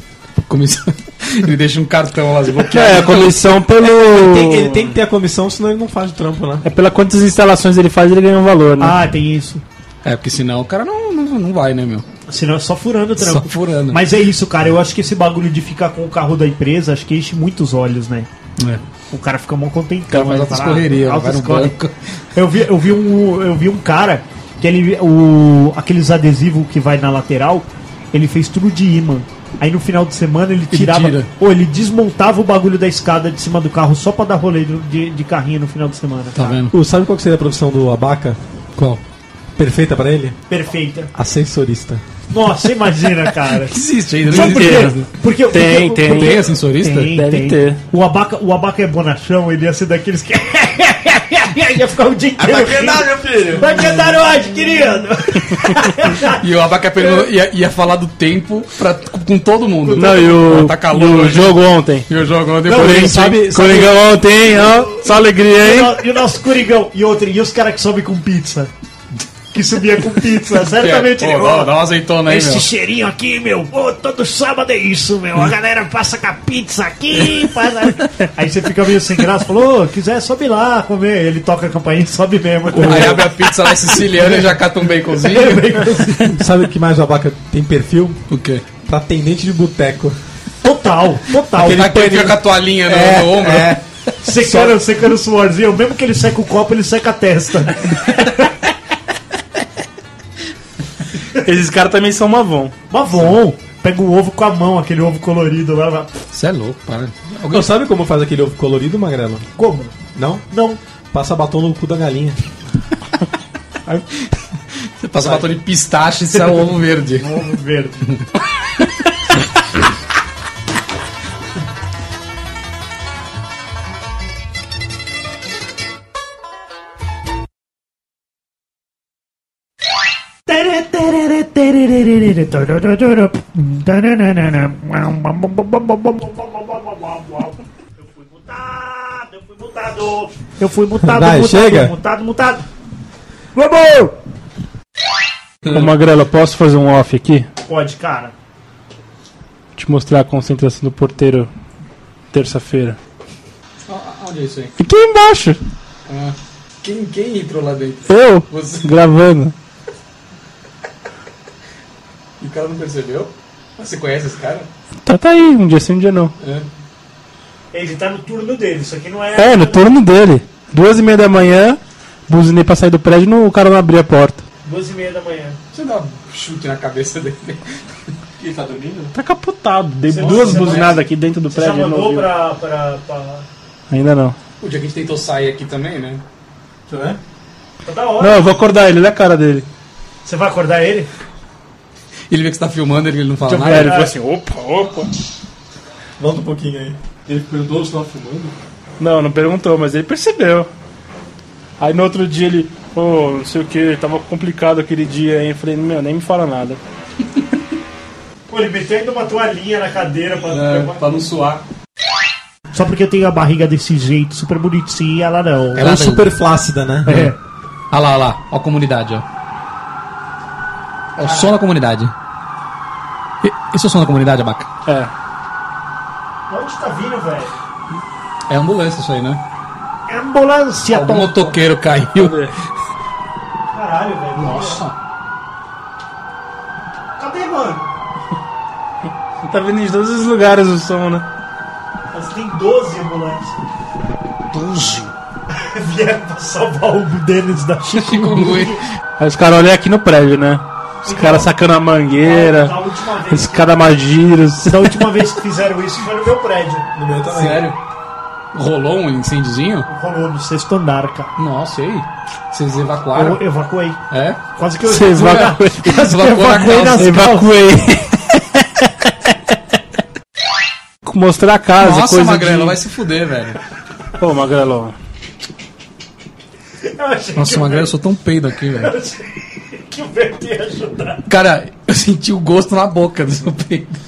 Comissão. Ele deixa um cartão lá desbloqueado. É, a comissão pelo. Tem- ele tem que ter a comissão, senão ele não faz o trampo, né? É pela quantas instalações ele faz, ele ganha um Hum. valor, né? Ah, tem isso. É, porque senão o cara não, não, não vai, né, meu? Senão é só furando o trampo. Só furando. Mas é isso, cara. Eu acho que esse bagulho de ficar com o carro da empresa, acho que enche muitos olhos, né? É. O cara fica mó O cara contentão. faz ele altas fala, correrias, ah, vai altas no corre- banco. Eu vi, eu vi um, eu vi um cara que ele o aqueles adesivos que vai na lateral, ele fez tudo de imã. Aí no final de semana ele tirava, tira. ou ele desmontava o bagulho da escada de cima do carro só pra dar rolê do- de, de carrinho no final de semana. Tá cara. vendo? Ô, sabe qual que seria a profissão do Abaca? Qual? Perfeita pra ele? Perfeita. Ascensorista. Nossa, imagina, cara. Existe ainda, Sabe por quê? Porque, porque- Tem, porque- tem. Tem ascensorista? Tem, Deve tem. ter. O abaca, o abaca é bonachão, ele ia ser daqueles que. ia ficar o dia inteiro. rindo. é meu filho. Vai cantar hoje, querido! E o Abaca perguntou- ia, ia falar do tempo pra, com com todo mundo. Não, e o, Pô, Tá e calor o hoje. jogo ontem. E o jogo Não, depois. ele sabe- sabe- Coringão ontem, ó. Só E alegria, o hein? no- E o nosso Coringão. E outro, e os caras que sobem com pizza? que subia com pizza. Certamente Pô, ele. dá, "Ô, dá uma azeitona aí, Esse meu. cheirinho aqui, meu, pô, todo sábado é isso, meu. A galera passa com a pizza aqui, passa... Aí você fica meio sem graça, falou, ô, quiser, sobe lá comer. Ele toca a campainha e sobe mesmo. É Aí abre a pizza lá siciliana e já cata um baconzinho. assim. Sabe o que mais o abaca tem perfil? O quê? Pra atendente de boteco. Total, total. Tá Aquele que tá fica com a toalhinha no, no ombro. Secando, secando o suorzinho, mesmo que ele seca o copo, ele seca a testa. Esses caras também são mavão. Mavon, pega o ovo com a mão, aquele ovo colorido lá. lá. Você é louco, para. Não sabe como faz aquele ovo colorido, Magrelo? Como? Não? Não. Passa batom no cu da galinha. Você passa batom de pistache e sai o ovo verde. Ovo verde. Eu fui mutado, eu fui mutado, Vai, mutado, chega. mutado, mutado. Globo! Ô Magrela, posso fazer um off aqui? Pode, cara. Te mostrar a concentração do porteiro terça-feira. Onde é isso aí? Aqui embaixo! Quem, quem entrou lá dentro? Eu! Você. Gravando. E o cara não percebeu? Ah, Você conhece esse cara? Tá, tá aí, um dia sim, um dia não. Ele tá no turno dele, isso aqui não é. É, no turno dele. Duas e meia da manhã, buzinei pra sair do prédio, não- o cara não abria a porta. Duas e meia da manhã. Você dá um chute na cabeça dele. Ele tá dormindo? Tá capotado. Dei Você duas não- é? buzinadas aqui dentro do Você já prédio. ele não mandou ouviu. pra, pra, pra. Ainda não. O dia que a gente tentou sair aqui também, né? Tá da hora. Não, eu vou acordar ele, olha a cara dele. Você vai acordar ele? Ele vê que você tá filmando ele não fala Deixa eu ver, nada. ele falou assim, opa, opa. Volta um pouquinho aí. Ele perguntou se tava fumando? Não, não perguntou, mas ele percebeu. Aí no outro dia ele, ô, não sei o que, tava complicado aquele dia aí. Eu falei, meu, nem me fala nada. Pô, ele meteu ainda uma toalhinha na cadeira pra. É, pra não suar. Só porque eu tenho a barriga desse jeito, super bonitinha, ela não. Ela é super flácida, né? É. Olha Ah lá, olha lá. Olha a comunidade, ó. É o som da comunidade. E- Esse é o som da comunidade, Abaca? É. Onde tá vindo, velho? É ambulância isso aí, né? Ambulância, Algum Tom. Um motoqueiro caiu. Caralho, velho. Nossa. Cadê, mano? Tá vindo de todos os lugares o som, né? Mas tem 12 ambulâncias. 12. Vieram pra salvar o deles da Chikungunya. Aí os caras olham aqui no prédio, né? Os caras sacando a mangueira, Da última vez. os caras magiros. Da última vez que fizeram isso foi no meu prédio. No meu também. Sério? Rolou um incêndiozinho? Rolou no sexto andar, cara. Nossa, e aí? Vocês evacuaram? Eu evacuei. É? Quase que eu Você evacuou. Evacuou na evacuei calça. nas Evacuei. Mostrar a casa, Nossa, coisa Magrela, de... vai se fuder, velho. Ô, Magrelo, Eu achei Nossa, que, Magrela, eu sou tão peido aqui, velho. eu achei que o Beto ia ajudar. Cara, eu senti o gosto na boca do seu peido.